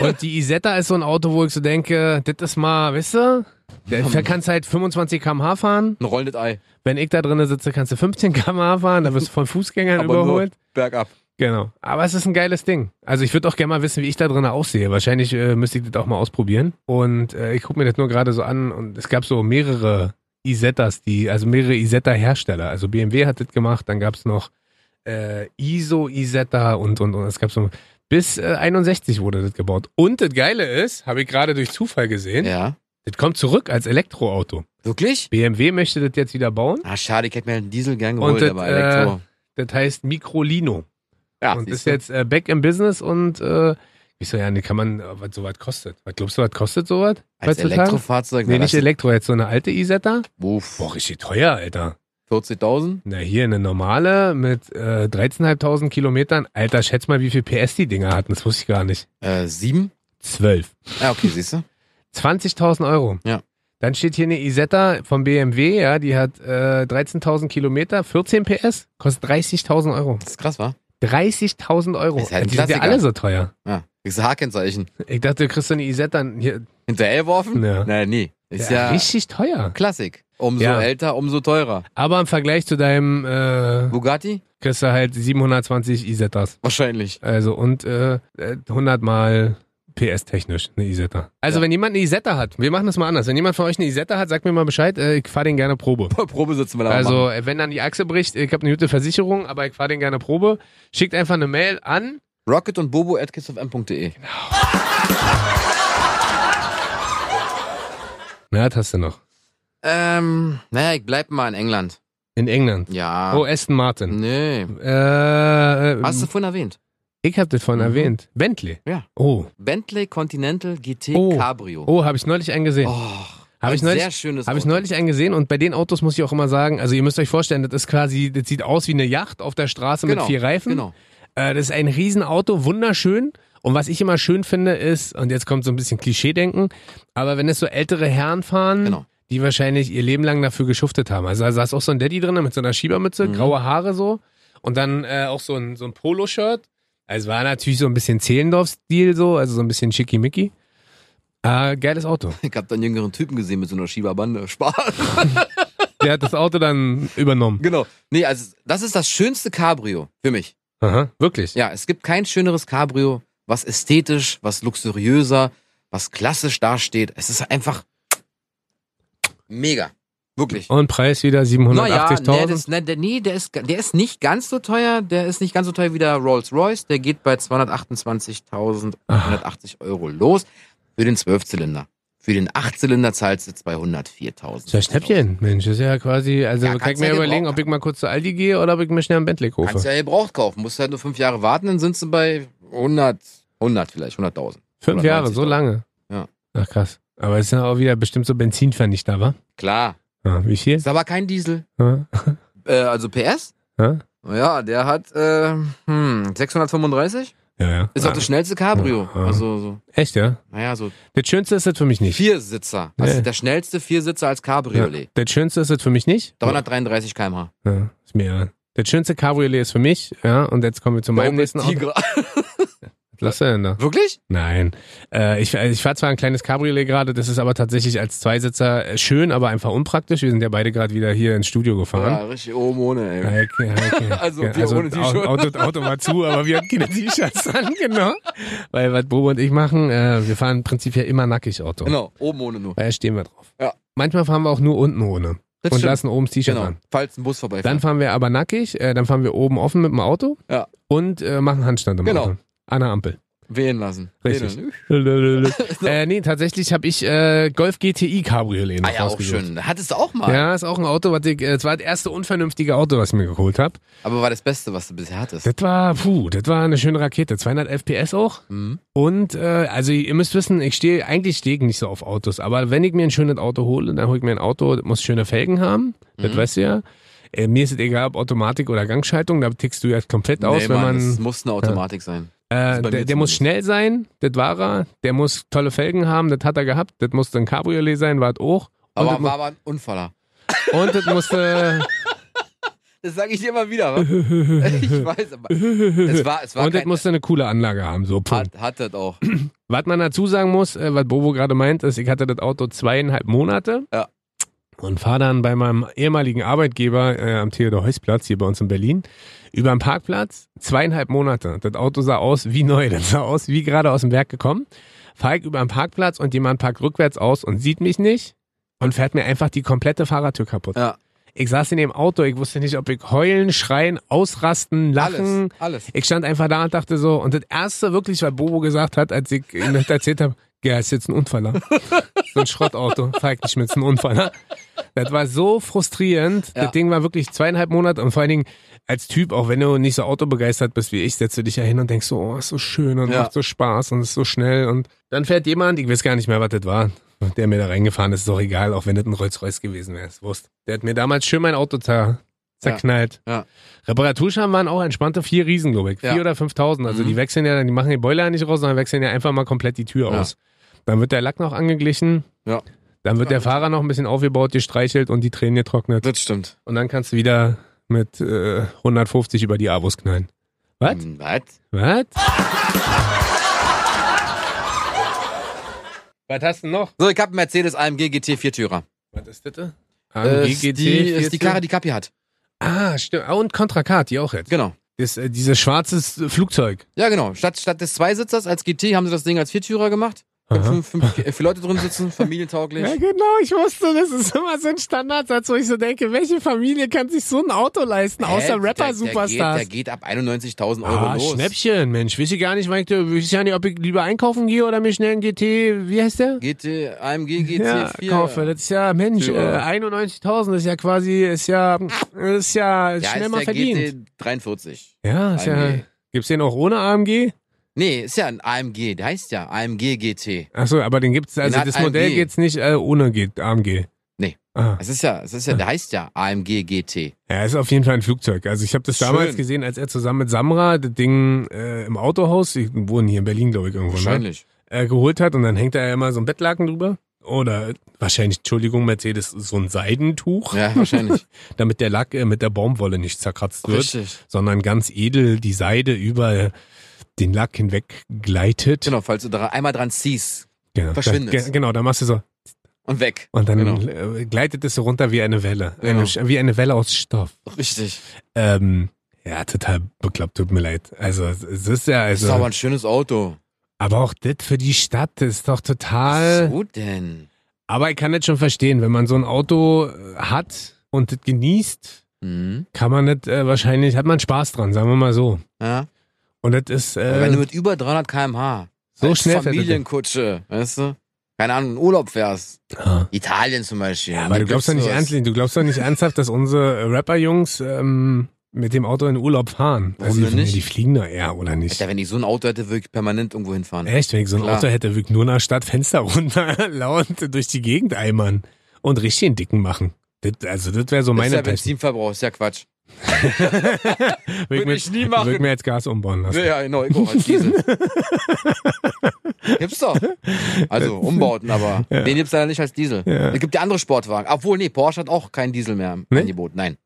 Und die Isetta ist so ein Auto, wo ich so denke, das ist mal, weißt du? Da kannst du halt 25 km/h fahren.
Ein rollendes Ei.
Wenn ich da drinnen sitze, kannst du 15 km/h fahren. Da wirst du von Fußgängern
Aber
überholt.
nur bergab.
Genau. Aber es ist ein geiles Ding. Also ich würde auch gerne mal wissen, wie ich da drin aussehe. Wahrscheinlich äh, müsste ich das auch mal ausprobieren. Und äh, ich gucke mir das nur gerade so an und es gab so mehrere Isettas, die, also mehrere Isetta-Hersteller. Also BMW hat das gemacht, dann gab es noch äh, ISO Isetta und, und, und es gab so bis äh, 61 wurde das gebaut. Und das Geile ist, habe ich gerade durch Zufall gesehen,
Ja.
das kommt zurück als Elektroauto.
Wirklich?
BMW möchte das jetzt wieder bauen.
Ah, schade, ich hätte mir einen Diesel gern
Und
geholt,
das,
aber Elektro.
Das heißt Microlino.
ja,
und
siehst
ist
du.
jetzt äh, back im Business und äh, ich so, ja, nee, kann man, äh, was sowas kostet. Was glaubst du, was kostet sowas?
als
heutzutage?
Elektrofahrzeug,
Nee,
na,
nicht
das-
Elektro, jetzt so eine alte Isetta.
Wuff.
Boah, richtig teuer, Alter.
40.000?
Na, hier eine normale mit äh, 13.500 Kilometern. Alter, schätz mal, wie viel PS die Dinger hatten. Das wusste ich gar nicht.
Äh, sieben?
Zwölf.
Ja, okay, siehst du?
20.000 Euro.
Ja.
Dann steht hier eine Isetta von BMW, ja, die hat äh, 13.000 Kilometer, 14 PS, kostet 30.000 Euro.
Das ist krass, wa?
30.000 Euro.
Ist halt ein
die sind ja
Klassiker.
alle so teuer.
Ja. Dieses Haarkennzeichen.
Ich dachte, du kriegst so eine Isetta hier,
Hinterhergeworfen?
Ja.
Nein, nie. Ist
Ja,
ja,
richtig teuer.
Klassik. Umso
Ja.
älter, umso teurer.
Aber im Vergleich zu deinem äh,
Bugatti?
kriegst du halt 720 Isettas.
Wahrscheinlich.
Also und äh, äh, 100 mal PS technisch eine Isetta. Also
Ja.
wenn jemand eine Isetta hat, wir machen das mal anders. Wenn jemand von euch eine Isetta hat, sagt mir mal Bescheid, äh, ich fahre den gerne Probe.
Probe sitzen wir da mal.
Also äh, wenn dann die Achse bricht, ich habe eine gute Versicherung, aber ich fahre den gerne Probe. Schickt einfach eine Mail an.
Rocket und Bobo at kissofm.de.
Na, das hast du noch.
Ähm, naja, ich bleib mal in England.
In England.
Ja.
Oh, Aston Martin.
nee.
Äh, äh,
Hast du vorhin erwähnt.
ich hab das vorhin
Mhm.
erwähnt. Bentley.
Ja.
Oh,
Bentley Continental GT
Oh.
Cabrio.
oh, habe ich neulich einen gesehen.
Oh,
Hab
ein
ich neulich-
sehr schönes
Habe ich
Auto.
neulich einen gesehen und bei den Autos muss ich auch immer sagen, also ihr müsst euch vorstellen, das ist quasi, das sieht aus wie eine Yacht auf der Straße
genau,
mit vier Reifen.
Genau.
Äh, das ist ein Riesenauto, wunderschön. Und was ich immer schön finde ist, und jetzt kommt so ein bisschen Klischee-Denken, aber wenn es so ältere Herren fahren,
Genau.
die wahrscheinlich ihr Leben lang dafür geschuftet haben. Also da saß auch so ein Daddy drin mit so einer Schiebermütze,
Mhm.
graue Haare so und dann äh, auch so ein, so ein Poloshirt. Also war natürlich so ein bisschen Zehlendorf-Stil so, also so ein bisschen schickimicki. Äh, geiles Auto.
Ich hab da einen jüngeren Typen gesehen mit so einer Schieberbande. Spaß.
Der hat das Auto dann übernommen.
genau. Nee, also das ist das schönste Cabrio für mich.
Aha, wirklich.
Ja, es gibt kein schöneres Cabrio, was ästhetisch, was luxuriöser, was klassisch dasteht. Es ist einfach mega. Wirklich.
Und Preis wieder
Naja, nee,
780.000.
das- nee, der, nee der, ist, der ist nicht ganz so teuer. Der ist nicht ganz so teuer wie der Rolls-Royce. Der geht bei
Ah,
228.180 Euro los für den Zwölfzylinder. Für den Achtzylinder zahlst du 204.000.
ist ja Schnäppchen, Mensch, ist ja quasi, also
Ja,
kann ich
kannst
mir
ja
überlegen,
gebraucht
ob ich mal kurz zu Aldi gehe oder ob ich mir schnell einen Bentley kaufe.
Also, Kannst ja gebraucht kaufen. Musst halt nur fünf Jahre warten, dann sind sie bei 100, 100 vielleicht, 100.000.
Fünf Jahre,
190.000.
so lange.
Ja.
Ach krass. Aber es ist ja auch wieder bestimmt so Benzinvernichter, wa?
Klar.
Ja, wie viel? Ah,
Ist aber kein Diesel.
Ja,
Äh, also PS?
ja,
Ja, der hat äh, hm, 635.
ja.
Ist auch das schnellste Cabrio.
Ja.
Also so,
Echt, ja?
naja, so
Das Schönste ist das für mich nicht.
Viersitzer. Das
Nee.
ist der schnellste Viersitzer als Cabriolet.
Ja. Das Schönste ist das für mich nicht.
333 km/h.
Ja, ist mir egal. Das schönste Cabriolet ist für mich, ja, und jetzt kommen wir zu meinem
Warum
nächsten
der
Auto.
Tigra-
Was Lass denn da?
Wirklich?
Nein. Äh, ich ich fahre zwar ein kleines Cabriolet gerade, das ist aber tatsächlich als Zweisitzer äh, schön, aber einfach unpraktisch. Wir sind ja beide gerade wieder hier ins Studio gefahren.
Ja, richtig oben ohne, ey.
Ja, okay, okay.
Also, wir ohne
Au-
T-Shirt.
Auto, Auto war zu, aber wir hatten keine T-Shirts an, genau. Weil was Bobo und ich machen, äh, wir fahren prinzipiell immer nackig Auto.
Genau, oben ohne nur.
Weil da stehen wir drauf.
Ja.
Manchmal fahren wir auch nur unten ohne
Das
und
stimmt.
lassen oben das T-Shirt
genau.
an.
Falls ein Bus vorbeifährt.
Dann fahren wir aber nackig, äh, dann fahren wir oben offen mit dem Auto
Ja.
und äh, machen Handstand im
Genau.
Auto. An der Ampel.
wählen lassen.
Richtig.
Wählen.
äh, nee, tatsächlich habe ich äh, Golf GTI Cabriolet noch
Ah ja, auch
rausgesucht.
schön. Hattest du auch mal.
Ja, ist auch ein Auto, was ich, äh, das war das erste unvernünftige Auto, was ich mir geholt habe.
Aber war das Beste, was du bisher hattest.
Das war, puh, das war eine schöne Rakete. 211 PS auch.
Mhm.
Und, äh, also ihr müsst wissen, ich stehe, eigentlich stehe ich nicht so auf Autos. Aber wenn ich mir ein schönes Auto hole, dann hole ich mir ein Auto, das muss schöne Felgen haben.
Mhm.
Das weißt du ja. Äh, mir ist es egal, ob Automatik oder Gangschaltung, da tickst du ja komplett aus,
nee,
wenn
Mann,
man...
das muss eine Automatik sein.
Äh,
ist bei mir
der, der muss
zumindest.
schnell sein, das war er. Der muss tolle Felgen haben, das hat er gehabt. Das musste ein Cabriolet sein, war es auch. Und,
Aber
das,
war aber ein Unfaller.
mu- und das musste,
Das sage ich dir immer wieder. wa? ich weiß, aber es war, es war
und das
kein,
musste eine coole Anlage haben. So, Punkt.
hat, hat das auch.
Was man dazu sagen muss, äh, was Bobo gerade meint, ist, ich hatte das Auto zweieinhalb Monate.
Ja.
Und fahre dann bei meinem ehemaligen Arbeitgeber äh, am Theodor-Heuss-Platz hier bei uns in Berlin über einen Parkplatz. Zweieinhalb Monate. Das Auto sah aus wie neu. Das sah aus wie gerade aus dem Werk gekommen. Fahre ich über einen Parkplatz und jemand parkt rückwärts aus und sieht mich nicht und fährt mir einfach die komplette Fahrertür kaputt.
Ja.
Ich saß in dem Auto, ich wusste nicht, ob ich heulen, schreien, ausrasten, lachen.
Alles, alles.
Ich stand einfach da und dachte so, und das erste wirklich, weil Bobo gesagt hat, als ich ihm das erzählt habe, ja, ist jetzt ein Unfaller. so ein Schrottauto, zeigt nicht mit, ist ein Unfaller. Das war so frustrierend.
Ja.
Das Ding war wirklich zweieinhalb Monate und vor allen Dingen als Typ, auch wenn du nicht so autobegeistert bist wie ich, setzt du dich ja hin und denkst so, oh, ist so schön und
Ja.
macht so Spaß und ist so schnell und dann fährt jemand, ich weiß gar nicht mehr, was das war, der mir da reingefahren ist, ist doch egal, auch wenn das ein Rolls-Royce gewesen wäre, ist Wurst. Der hat mir damals schön mein Auto zer zerknallt.
Ja.
Reparaturscham waren auch entspannte vier Riesen, glaube ich. Vier
Ja.
oder 5.000. Also
Mhm.
die wechseln ja dann, die machen den Boiler nicht raus, sondern wechseln ja einfach mal komplett die Tür
Ja.
aus. Dann wird der Lack noch angeglichen.
Ja.
Dann wird der Fahrer noch ein bisschen aufgebaut, gestreichelt und die Tränen getrocknet.
Das stimmt.
Und dann kannst du wieder mit äh, 150 über die Avos knallen. Was?
Hm, Was?
Was? Was hast du noch?
So, ich habe einen Mercedes AMG GT Viertürer.
Was ist das?
Äh, ist die, ist die Karre, die Kapi hat.
Ah, stimmt. Ah, Und Contra-Card, die auch jetzt.
Genau.
Das, äh, dieses schwarzes äh, Flugzeug.
Ja, genau. Statt, statt des Zweisitzers als GT haben sie das Ding als Viertürer gemacht. Können fünf, fünf, vier Leute drin sitzen, familientauglich.
Ja, genau, ich wusste, das ist immer so ein Standardsatz, wo ich so denke, welche Familie kann sich so ein Auto leisten,
Hä?
außer
Der, der,
Rapper-Superstars?
geht, der geht ab 91.000 Euro
Ah,
los.
Schnäppchen, Mensch, weiß ich gar nicht, weil ich, weiß ja nicht, ob ich lieber einkaufen gehe oder mir schnell einen GT, wie heißt der?
GT, AMG GT4.
Ja, kaufe, das ist ja, Mensch, äh,
Ja.
91.000 ist ja quasi, ist ja, ist ja,
ja,
schnell
ist
mal
der
verdient.
GT 43.
Ja, ist ja,
AMG.
gibt's den auch ohne AMG?
Nee, ist ja ein AMG, der heißt ja AMG GT.
Achso, aber den gibt's, also
hat
das
AMG.
Modell geht's nicht äh, ohne G AMG.
Nee.
Ah.
Es ist ja, es ist ja, der heißt ja AMG GT.
Ja, ist auf jeden Fall ein Flugzeug. Also ich habe das damals
Schön.
gesehen, als er zusammen mit Samra das Ding äh, im Autohaus, die wohnen hier in Berlin, glaube ich, irgendwo, ne?
Wahrscheinlich.
äh, geholt hat und dann hängt da ja immer so ein Bettlaken drüber. Oder wahrscheinlich, Entschuldigung, Mercedes, so ein Seidentuch,
Ja, wahrscheinlich.
damit der Lack äh, mit der Baumwolle nicht zerkratzt wird,
Richtig.
sondern ganz edel die Seide über den Lack hinweg gleitet.
Genau, falls du da einmal dran ziehst
genau.
verschwindet.
Da, ge- genau, da machst du so
und weg.
und dann
Genau.
äh, gleitet es so runter wie eine Welle,
Genau.
eine, Sch- wie eine Welle aus Stoff.
Richtig.
Ähm, ja, total bekloppt, tut mir leid. Also, es ist ja,
Das
also.
ist aber
Aber,
ein schönes Auto.
auch das für die Stadt das ist doch total.
Was so denn?
Aber ich kann das schon verstehen, wenn man so ein Auto äh, hat und das genießt,
Mhm.
kann man das äh, wahrscheinlich, hat man Spaß dran, sagen wir mal so.
Ja.
Und das ist
Aber wenn du
äh,
mit über 300 km/h
so
als
schnell. fährt das Ding.
Familienkutsche, weißt du? Keine Ahnung, in Urlaub fährst.
Ja.
Italien zum Beispiel.
Ja, aber du glaubst doch nicht ernst, du glaubst doch nicht ernsthaft, dass unsere äh, Rapper-Jungs ähm, mit dem Auto in Urlaub fahren. Also,
Warum
die,
denn nicht?
die fliegen da eher, oder nicht?
Alter, wenn ich so ein Auto hätte, würde ich permanent irgendwo hinfahren.
Echt, wenn ich so ein
Klar.
Auto hätte, würde ich nur nach Stadtfenster runter launt durch die Gegend eimern und richtig einen dicken machen. Das, also das wäre so
das ist ja
meine Technik.
Benzinverbrauch, ist ja Quatsch.
Würde
Würde ich nie machen.
Würde ich mir jetzt Gas umbauen lassen.
Ja, genau, Ingo als Diesel. gibt's doch. Also Umbauten, aber den gibt's leider nicht als Diesel.
Ja.
Es gibt ja andere Sportwagen. Obwohl, nee, Porsche hat auch keinen Diesel mehr im
Nee?
Angebot. Nein,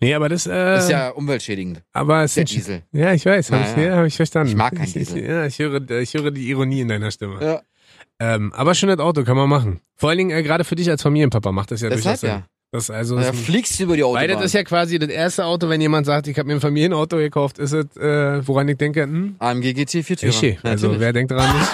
Nee, aber das, äh,
ist ja umweltschädigend.
aber es
Der
ist
Diesel.
Ja, ich weiß, habe ich,
Naja.
ja, hab ich verstanden.
Ich mag keinen
Ich- ich-
Diesel.
Ja, ich höre, ich höre die Ironie in deiner Stimme.
Ja,
Ähm, aber schönes Auto, kann man machen. Vor allen Dingen äh, gerade für dich als Familienpapa macht das ja
deshalb
durchaus Sinn.
ja.
Das also
Da
das ist ein-
fliegst du über die Autobahn.
weil das ist ja quasi das erste Auto, wenn jemand sagt, ich habe mir ein Familienauto gekauft, ist es, äh, woran ich denke, hm,
AMG GT 4 Türer.
Richtig. Also wer denkt daran nicht?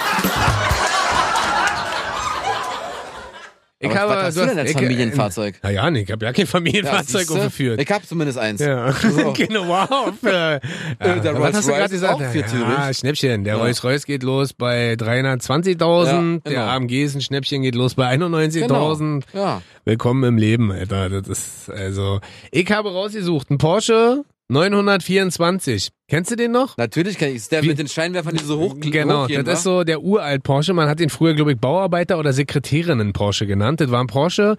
Aber was hast du denn als
ich-
Familienfahrzeug?
Na ja, nee, ich habe ja kein Familienfahrzeug
siehste,
geführt.
Ich hab zumindest eins.
Ja,
So. Äh,
genau, wow. Für, ja,
der
was hast du
Rolls-Royce
gerade gesagt?
ist auch viertürig.
ja, Schnäppchen. Der
Ja.
Rolls-Royce geht los bei 320.000.
Ja,
Der
genau.
AMG ist ein Schnäppchen, geht los bei 91.000.
Ja.
Willkommen im Leben, Alter. Das ist, also, ich habe rausgesucht, ein Porsche 924. Kennst du den noch?
Natürlich kann ich. Ist der
Wie-
mit den Scheinwerfern, die so hoch
Genau,
hochgehen,
das ist so der uralt Porsche. Man hat den früher, glaube ich, Bauarbeiter oder Sekretärinnen Porsche genannt. Das war ein Porsche.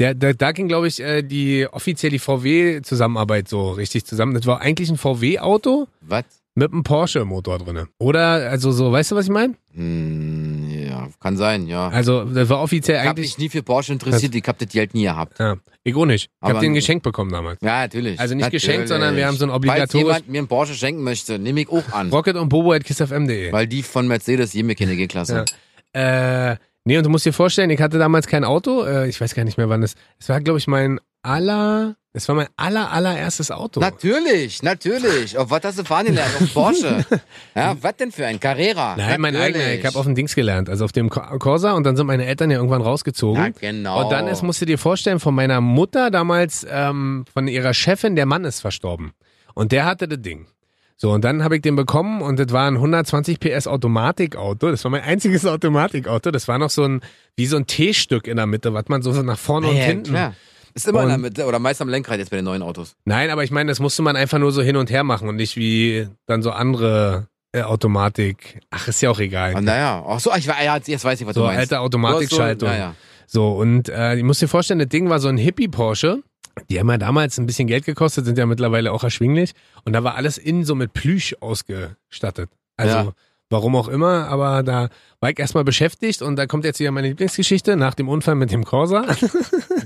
Der, der, da ging, glaube ich, äh, die offiziell die VW-Zusammenarbeit so richtig zusammen. Das war eigentlich ein VW-Auto
Was?
mit einem Porsche-Motor drinne. Oder, also so, weißt du, was ich meine?
Hm, ja, kann sein, ja.
Also, das war offiziell
Ich hab
eigentlich.
mich nie für Porsche interessiert, ich hab das Geld nie gehabt.
Ja, ich auch nicht. Ich habe
Aber-
den geschenkt bekommen damals.
Ja, natürlich.
Also nicht
natürlich.
geschenkt, sondern wir haben so ein
Falls
obligatorisch-
jemand mir einen Porsche schenken möchte, nehme ich auch an.
Rocket und Bobo at kissfm.de.
Weil die von Mercedes je mir keine G-Klasse.
Äh, nee, und du musst dir vorstellen, ich hatte damals kein Auto. Äh, ich weiß gar nicht mehr, wann es. Es war, glaube ich, mein aller. Es war mein aller, allererstes Auto.
Natürlich, natürlich. Auf was hast du fahren gelernt? Auf Porsche. ja, was denn für ein Carrera?
Nein, mein
Natürlich.
eigener. Ich habe auf dem Dings gelernt, also auf dem Cor- Corsa. Und dann sind meine Eltern ja irgendwann rausgezogen.
Na, genau.
Und dann ist, musst du dir vorstellen, von meiner Mutter damals, ähm, von ihrer Chefin, der Mann ist verstorben. Und der hatte das Ding. So, und dann habe ich den bekommen und das war ein 120 PS Automatikauto. Das war mein einziges Automatikauto. Das war noch so ein, wie so ein T-Stück in der Mitte, was man so nach vorne und
ja,
hinten
Klar. Ist immer in der
Und-
Mitte oder meist am Lenkrad jetzt bei den neuen Autos.
Nein, aber ich meine, das musste man einfach nur so hin und her machen und nicht wie dann so andere äh, Automatik. Ach, ist ja auch
Und
egal.
naja, ach so, ich war, ja, jetzt weiß ich, was
So
du meinst.
alte
Du
Automatikschaltung.
hast so- naja.
So, und äh, ich muss dir vorstellen, das Ding war so ein Hippie-Porsche. Die haben ja damals ein bisschen Geld gekostet, sind ja mittlerweile auch erschwinglich. Und da war alles innen so mit Plüsch ausgestattet. Also,
Ja.
warum auch immer, aber da war ich erstmal beschäftigt und da kommt jetzt wieder meine Lieblingsgeschichte nach dem Unfall mit dem Corsa.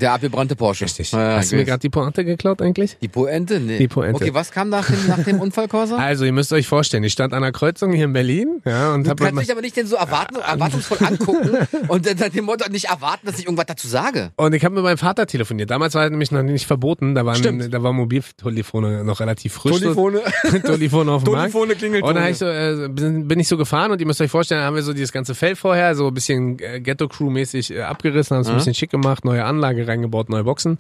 Der abgebrannte Porsche. Naja,
Hast du mir
gewiss.
gerade die Pointe geklaut eigentlich?
die Poente? Nee.
Die Pointe.
Okay, was kam nach dem, nach dem Unfallkorser?
Also, ihr müsst euch vorstellen, ich stand an einer Kreuzung hier in Berlin, ja, und
Du
hab mit
kannst
mein-
mich aber nicht denn so erwarten, erwartungsvoll
ähm.
angucken und dann dem Motto nicht erwarten, dass ich irgendwas dazu sage.
und ich habe mit meinem Vater telefoniert. Damals war er nämlich noch nicht verboten, da waren
Stimmt.
da waren Mobiltelefone noch relativ frisch. So- Telefone auf dem Markt.
klingelt.
Und dann hab ich so, äh, bin, bin ich so gefahren und ihr müsst euch vorstellen, da haben wir so dieses ganze Fell vorher, so ein bisschen äh, Ghetto-Crew-mäßig äh, abgerissen, haben es ein bisschen schick gemacht, neue Anlage reingebaut, neue Boxen.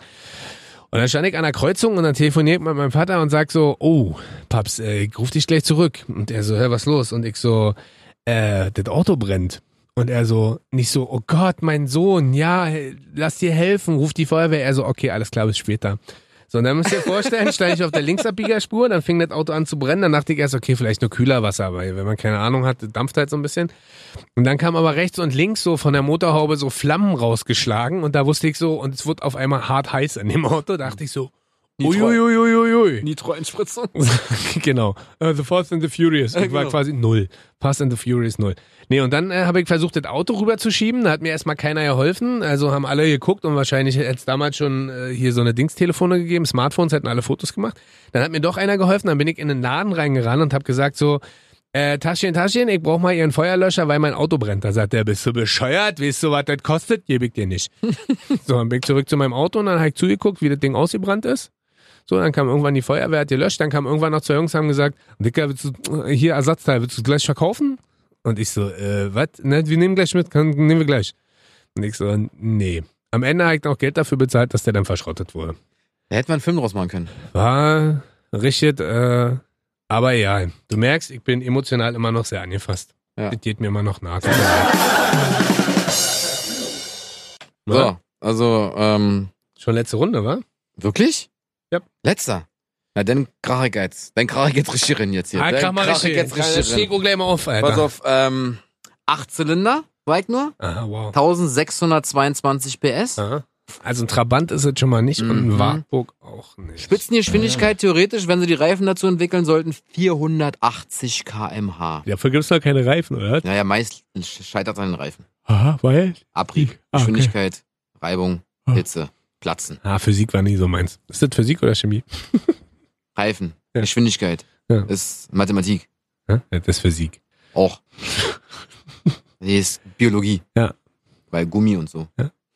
Und dann stand ich an der Kreuzung und dann telefoniert mit meinem Vater und sagt so, oh, Paps, äh, ich ruf dich gleich zurück. Und er so, hä, was los? Und ich so, äh, das Auto brennt. Und er so, nicht so, oh Gott, mein Sohn, ja, he- lass dir helfen, ruf die Feuerwehr. Er so, okay, alles klar, bis später. So, und dann müsst ihr euch vorstellen, stand ich auf der Linksabbiegerspur, dann fing das Auto an zu brennen, dann dachte ich erst, okay, vielleicht nur Kühlerwasser, weil wenn man keine Ahnung hat, dampft halt so ein bisschen. Und dann kam aber rechts und links so von der Motorhaube so Flammen rausgeschlagen und da wusste ich so, und es wurde auf einmal hart heiß in dem Auto, dachte ich so,
Nitro.
uiuiuiui.
Nitro-Einspritzung.
genau. Äh, the Fast and the Furious. Ich
Ja,
war
genau.
quasi null. Fast and the Furious null. Nee, und dann äh, habe ich versucht, das Auto rüberzuschieben. Da hat mir erstmal keiner geholfen. Also haben alle geguckt und wahrscheinlich hätte es damals schon äh, hier so eine Dingstelefone gegeben. Smartphones hätten alle Fotos gemacht. Dann hat mir doch einer geholfen. Dann bin ich in den Laden reingerannt und habe gesagt so, äh, Taschen, Taschen, ich brauche mal Ihren Feuerlöscher, weil mein Auto brennt. Da sagt er, bist du bescheuert? Weißt du, was das kostet? Gebe ich dir nicht. so, dann bin ich zurück zu meinem Auto und dann habe ich zugeguckt, wie das Ding ausgebrannt ist. So, dann kam irgendwann die Feuerwehr, hat gelöscht. Dann kam irgendwann noch zwei Jungs, haben gesagt, Dicker, willst du, hier Ersatzteil, willst du gleich verkaufen? Und ich so, äh, was? Ne, wir nehmen gleich mit, kann, nehmen wir gleich. Und ich so, nee. Am Ende habe ich noch Geld dafür bezahlt, dass der dann verschrottet wurde.
Da hätte man einen Film draus machen können.
War richtig, äh, aber ja, du merkst, ich bin emotional immer noch sehr angefasst.
Ja.
Das geht mir immer noch nach.
So, also, ähm,
Schon letzte Runde, wa?
wirklich?
Ja.
Letzter. Na, dann krach ich jetzt. Dann krach ich jetzt richtig rein jetzt hier.
ah,
Dann
krach mal
krach ich
richtig.
jetzt
Dann
richtig
steg
rein.
auch gleich mal auf, Alter.
Pass auf, ähm, 8 Zylinder, Bike nur,
Aha, Ah, wow.
1622 PS.
Aha. Also ein Trabant ist es schon mal nicht und ein
Mhm.
Wartburg auch nicht.
Spitzengeschwindigkeit theoretisch, wenn sie die Reifen dazu entwickeln sollten, 480 km/h.
Dafür gibt es noch keine Reifen, oder?
Naja, meist scheitert an den Reifen.
Aha, weil?
Abrieb,
Ah, okay.
Geschwindigkeit, Reibung,
Ah.
Hitze, Platzen,
Ah, Physik war nie so meins. Ist das Physik oder Chemie?
Reifen,
Ja.
Geschwindigkeit
Ja.
ist Mathematik.
Ja, das ist Physik.
Auch. nee, ist Biologie.
Ja.
Weil Gummi und so.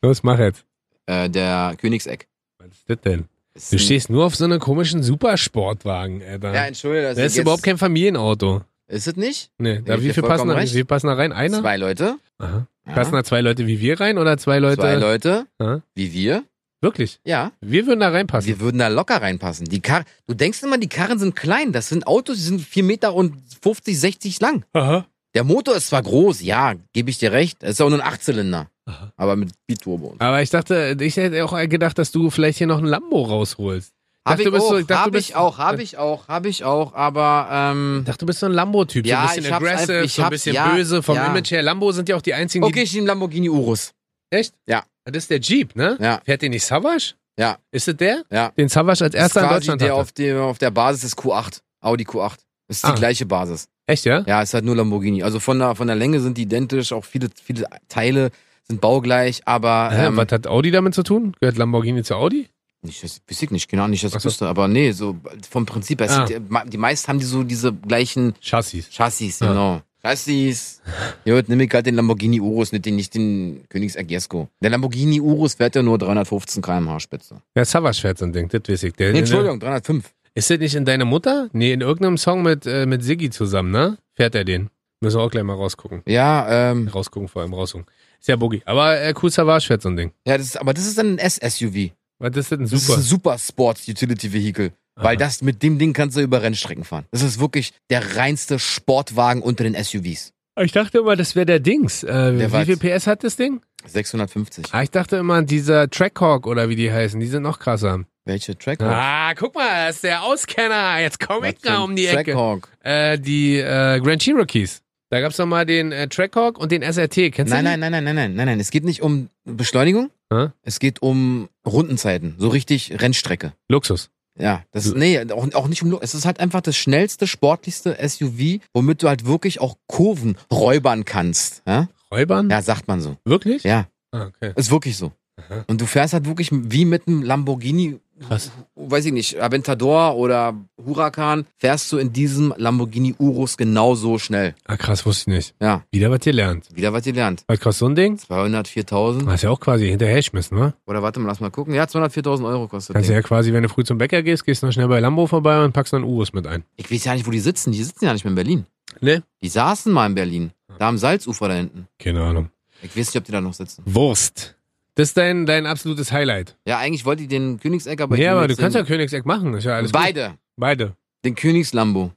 Los, mach jetzt.
Äh, der Königseck.
Was ist das denn?
Ist
Du
ein-
stehst nur auf so einem komischen Supersportwagen, Alter.
Ja, entschuldige, das
das ist
jetzt-
überhaupt kein Familienauto.
Ist es nicht?
Nee, da
geb
wie
dir
viel passen,
vollkommen
da, wie
recht.
viel passen da rein? Einer?
Zwei Leute.
Aha.
Ja.
Passen da zwei Leute wie wir rein oder zwei Leute?
Zwei Leute.
Ja.
Wie wir.
Wirklich?
Ja.
Wir würden da reinpassen.
Wir würden da locker reinpassen. Die Kar du denkst immer, die Karren sind klein. Das sind Autos, die sind 4 Meter und 50, 60 lang.
Aha.
Der Motor ist zwar groß, ja, gebe ich dir recht. Es ist auch nur ein Achtzylinder.
Aha.
Aber mit Biturbo. und so.
Aber ich dachte, ich hätte auch gedacht, dass du vielleicht hier noch ein Lambo rausholst.
Hab
dachte,
ich,
du bist
auch,
so- ich dachte, du
hab
bist-
ich auch, hab ich auch, hab ich auch, aber ähm,
Ich dachte, du bist so ein Lambo-Typ.
Ja,
so ein bisschen
ich hab's
aggressive,
einfach- ich
so ein
hab's-
bisschen
ja,
böse vom
ja.
Image her. Lambo sind ja auch die einzigen,
okay, ich nehme Lamborghini Urus.
die... Echt?
Ja.
Das ist der Jeep, ne?
Ja.
Fährt den nicht Savage?
Ja.
Ist es der?
Ja.
Den Savage als erster
ist
in
quasi
Deutschland
der
hatte.
auf, dem, auf der Basis des Q8, Audi Q8. Ist die
Ah.
gleiche Basis.
Echt, ja?
Ja, ist halt nur Lamborghini. Also von der, von der Länge sind die identisch, auch viele, viele Teile sind baugleich, aber
Hä,
ähm,
was hat Audi damit zu tun? Gehört Lamborghini zu Audi?
Nicht, das weiß ich nicht, genau nicht, dass
Ach
ich
so.
wüsste, aber nee, so vom Prinzip her,
Ah.
die, die meisten haben die so diese gleichen
Chassis.
Chassis,
Ah.
genau. Chassis. Ja, nimm ich halt den Lamborghini Urus, nicht den, nicht den Königs Agiesco. Der Lamborghini Urus fährt ja nur 315 km/h Spitze.
Ja, Savage fährt so ein Ding, das weiß ich. Der,
Nee, Entschuldigung, 305.
Ist das nicht in deine Mutter? Nee, in irgendeinem Song mit, äh, mit Siggi zusammen, ne? Fährt er den. Müssen wir auch gleich mal rausgucken.
Ja, ähm,
Rausgucken, vor allem rausgucken. Ist ja Boogie. Aber äh, cool Savage fährt so ein Ding.
ja, das ist, aber das ist dann ein S-SUV.
Was ist das denn
Das ist
super?
ein super Sports Utility Vehicle.
Aha.
Weil das, mit dem Ding kannst du über Rennstrecken fahren. Das ist wirklich der reinste Sportwagen unter den SUVs.
Ich dachte immer, das wäre der Dings. Äh, wie
was?
viel PS hat das Ding?
650.
Ah, ich dachte immer, dieser Trackhawk oder wie die heißen, die sind noch krasser.
Welche Track?
Ah, guck mal, das ist der Auskenner. Jetzt komme ich da um die Ecke.
Trackhawk.
Äh, die äh, Grand Cherokees. Da gab's noch mal den äh, Trackhawk und den SRT. Kennst
Nein,
du
nein, nein, nein, nein, nein, nein, nein. Es geht nicht um Beschleunigung.
Hä?
Es geht um Rundenzeiten. So richtig Rennstrecke.
die? Luxus.
Ja, das
So.
nee, auch, auch nicht um Lu- Es ist halt einfach das schnellste, sportlichste SUV, womit du halt wirklich auch Kurven räubern kannst. Ja,
Räubern?
ja sagt man so.
Wirklich?
Ja,
Ah, okay.
ist wirklich so.
Aha.
Und du fährst halt wirklich wie mit einem Lamborghini,
Krass.
weiß ich nicht, Aventador oder Huracan, fährst du in diesem Lamborghini Urus genauso schnell.
Ah, krass, wusste ich nicht.
Ja,
Wieder was gelernt.
wieder was gelernt.
Was kostet so ein Ding?
204.000
Ah, ist ja auch quasi hinterher schmissen, ne?
oder warte mal, lass mal gucken. Ja, 204.000 Euro kostet
Kannst
der.
du ja quasi, wenn du früh zum Bäcker gehst, gehst du noch schnell bei Lambo vorbei und packst noch einen Urus mit ein.
Ich weiß ja nicht, wo die sitzen. Die sitzen ja nicht mehr in Berlin.
Ne?
Die saßen mal in Berlin. Da am Salzufer da hinten.
Keine Ahnung.
Ich weiß nicht, ob die da noch sitzen.
Wurst. Das ist dein, dein absolutes Highlight.
Ja, eigentlich wollte ich den Königseck, aber
ja,
ich
aber
nehm
du
jetzt
kannst ja
den,
Königseck machen. Ist ja alles gut.
Beide.
Beide.
Den Königslambo.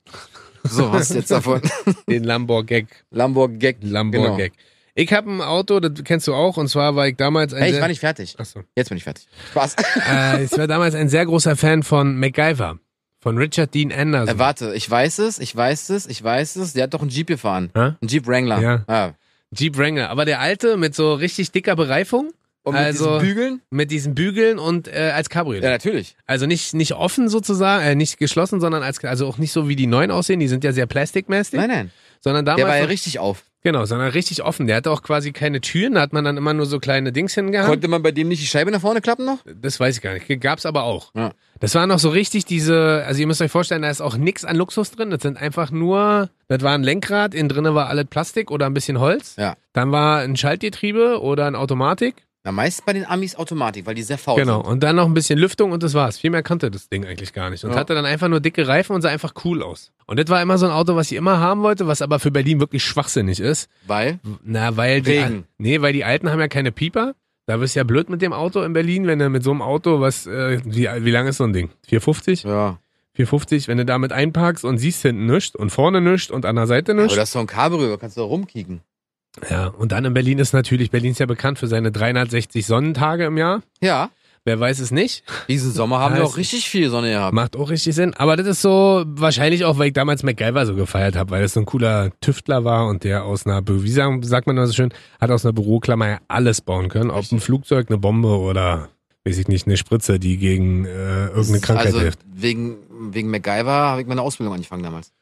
So, was ist jetzt davon?
Den Lamborghini.
Lamborghini.
Lamborghini. Genau. Ich habe ein Auto, das kennst du auch, und zwar war ich damals ein
Hey, ich
sehr-
war nicht fertig.
Achso.
Jetzt bin ich fertig. Spaß.
Äh, ich war damals ein sehr großer Fan von MacGyver, von Richard Dean
Äh,
Anderson.
warte, ich weiß es, ich weiß es, ich weiß es. Der hat doch einen Jeep gefahren.
Hä?
Ein Jeep Wrangler.
Ja.
Ah.
Jeep Wrangler, aber der alte mit so richtig dicker Bereifung,
Und mit
Also-
diesen Bügeln?
mit diesen Bügeln und äh, als Cabriolet.
Ja, natürlich.
Also nicht, nicht offen sozusagen, äh, nicht geschlossen, sondern als also auch nicht so wie die neuen aussehen, die sind ja sehr plastikmäßig,
Nein, nein.
sondern
Der
damals
war ja
noch-
richtig auf.
genau, sondern richtig offen. Der hatte auch quasi keine Türen, da hat man dann immer nur so kleine Dings hingehangen.
Konnte man bei dem nicht die Scheibe nach vorne klappen noch?
Das weiß ich gar nicht. Gab's aber auch.
Ja.
Das waren noch so richtig diese, also ihr müsst euch vorstellen, da ist auch nix an Luxus drin. Das sind einfach nur, das war ein Lenkrad, innen drinne war alles Plastik oder ein bisschen Holz.
Ja.
Dann war ein Schaltgetriebe oder ein Automatik.
Na, meist bei den Amis Automatik, weil die sehr faul
Genau. Und dann noch ein bisschen Lüftung und das war's. Viel mehr kannte das Ding eigentlich gar nicht. Und
Ja.
hatte dann einfach nur dicke Reifen und sah einfach cool aus. Und das war immer so ein Auto, was ich immer haben wollte, was aber für Berlin wirklich schwachsinnig ist.
sind. Weil?
Na, weil die,
Regen.
nee, weil die Alten haben ja keine Pieper. Da bist du ja blöd mit dem Auto in Berlin, wenn du mit so einem Auto, was, äh, wie, wie lang ist so ein Ding? 450?
Ja.
450, wenn du damit einparkst und siehst hinten nichts und vorne nichts und an der Seite
Aber
nichts.
das ist doch ein Cabrio, da kannst du doch rumkicken.
Ja, und dann in Berlin ist natürlich, Berlin ist ja bekannt für seine 360 Sonnentage im Jahr.
Ja.
Wer weiß es nicht,
Diesen Sommer haben wir
Heiß.
auch richtig viel Sonne gehabt.
macht auch richtig Sinn. Aber das ist so, wahrscheinlich auch, weil ich damals MacGyver so gefeiert habe, weil das so ein cooler Tüftler war und der aus einer, Bü- wie sagen, sagt man immer so schön, hat aus einer Büroklammer ja alles bauen können. Ob ein Flugzeug, eine Bombe oder, weiß ich nicht, eine Spritze, die gegen äh, irgendeine Krankheit
also
hilft.
wegen, wegen MacGyver habe ich meine Ausbildung angefangen damals.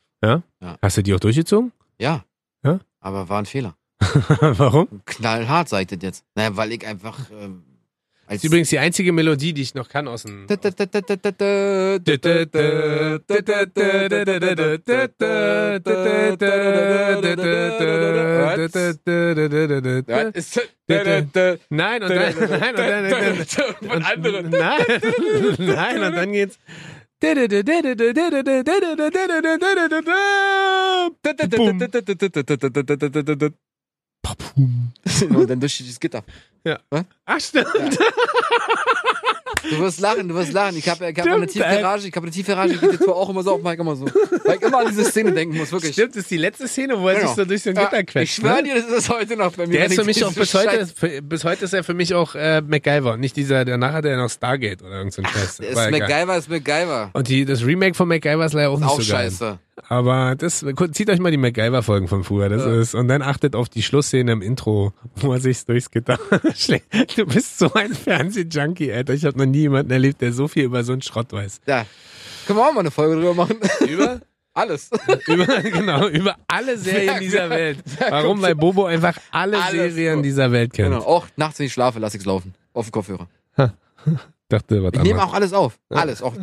Hast du die auch durchgezogen?
Ja.
Ja?
Aber war ein Fehler.
Warum?
Knallhart, sag ich das jetzt. Naja, weil ich einfach. Ähm,
Das
als
ist übrigens die einzige Melodie, die ich noch kann aus dem...
Was
Nein
ist das?
Bitte. und dann, nein und dann,
Von anderen.
nein, nein und dann geht's.
Und dann durch dieses Gitter.
Ach stimmt.
Du wirst lachen, du wirst lachen. Ich habe ich hab
Stimmt,
eine tiefe
ey.
Garage, ich habe eine tiefe Garage, ich gehe die Tour auch immer so auf, Mike, immer so. Weil ich immer an diese Szene denken muss, wirklich.
Stimmt, das ist die letzte Szene, wo er
Genau.
sich so durch so ein
Ja,
Gitter
Ich
quetscht.
schwöre
ne?
dir, das ist heute noch bei mir.
Der ist für
wenn ich
mich auch
diese
bis heute,
Scheiße-
für, bis heute ist er für mich auch äh, MacGyver und nicht dieser, danach hat er noch Stargate oder irgend so ein Scheiß.
Der Ist
War egal.
MacGyver, ist MacGyver.
Und die, das Remake von MacGyver ist leider auch nicht
Auch
so geil.
scheiße.
Aber das, zieht euch mal die MacGyver-Folgen von früher, das
Ja.
ist, und dann achtet auf die Schlussszene im Intro, wo er sich durchs Gitter schlägt. Du bist so ein Fernsehjunkie, Alter. Ich habe noch nie jemanden erlebt, der so viel über so einen Schrott weiß.
Ja. Können wir auch mal eine Folge drüber machen?
Über?
Alles.
über genau, über alle Serien
Ja,
dieser
ja.
Welt. Warum? Weil Bobo einfach alle
Alles.
Serien dieser Welt kennt.
Genau. Auch nachts, wenn ich schlafe, lasse ich es laufen. Auf dem Kopfhörer.
Dachte, was
Ich nehme
anderes.
auch alles auf. Alles. Auch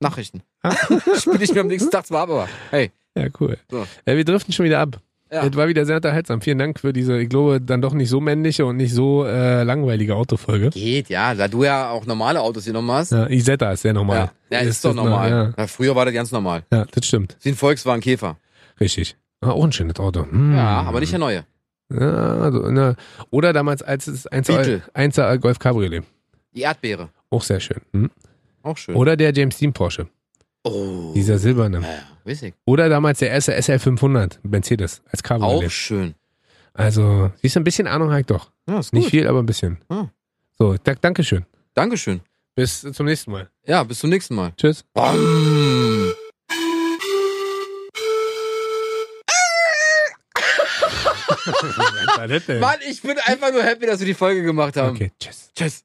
Nachrichten. Spiele ich mir am nächsten Tag zwar ab, aber hey.
Ja, cool.
So.
Ja, wir driften schon wieder ab.
Ja.
Es war wieder sehr unterhaltsam. Vielen Dank für diese, ich glaube, dann doch nicht so männliche und nicht so äh, langweilige Autofolge.
Geht, ja. Da du ja auch normale Autos genommen hast.
Ja, Isetta ist sehr normal.
Ja, ja ist, doch normal.
Ja.
Na, früher war das ganz normal.
Ja, das stimmt.
Sie ein Volkswagen Käfer.
Richtig. Ah, auch ein schönes Auto. Hm.
Ja, aber nicht der neue.
Ja, also, ne. Oder damals als es 1
Beetle.
Golf Cabriolet.
Die Erdbeere.
Auch sehr schön. Hm.
Auch schön.
Oder der James Dean Porsche.
Oh.
Dieser silberne.
Ja, ja, weiß ich.
Oder damals der erste SL500 Mercedes als
Auch
Cabriolet.
schön.
Also, siehst du, ein bisschen Ahnung habe ich doch.
Ja, ist
Nicht viel, aber ein bisschen.
Hm.
So, da, Dankeschön.
Dankeschön.
Bis zum nächsten Mal.
Ja, bis zum nächsten Mal.
Tschüss.
Bam.
Was war das denn?
Mann, ich bin einfach nur happy, dass wir die Folge gemacht haben.
Okay, tschüss.
Tschüss.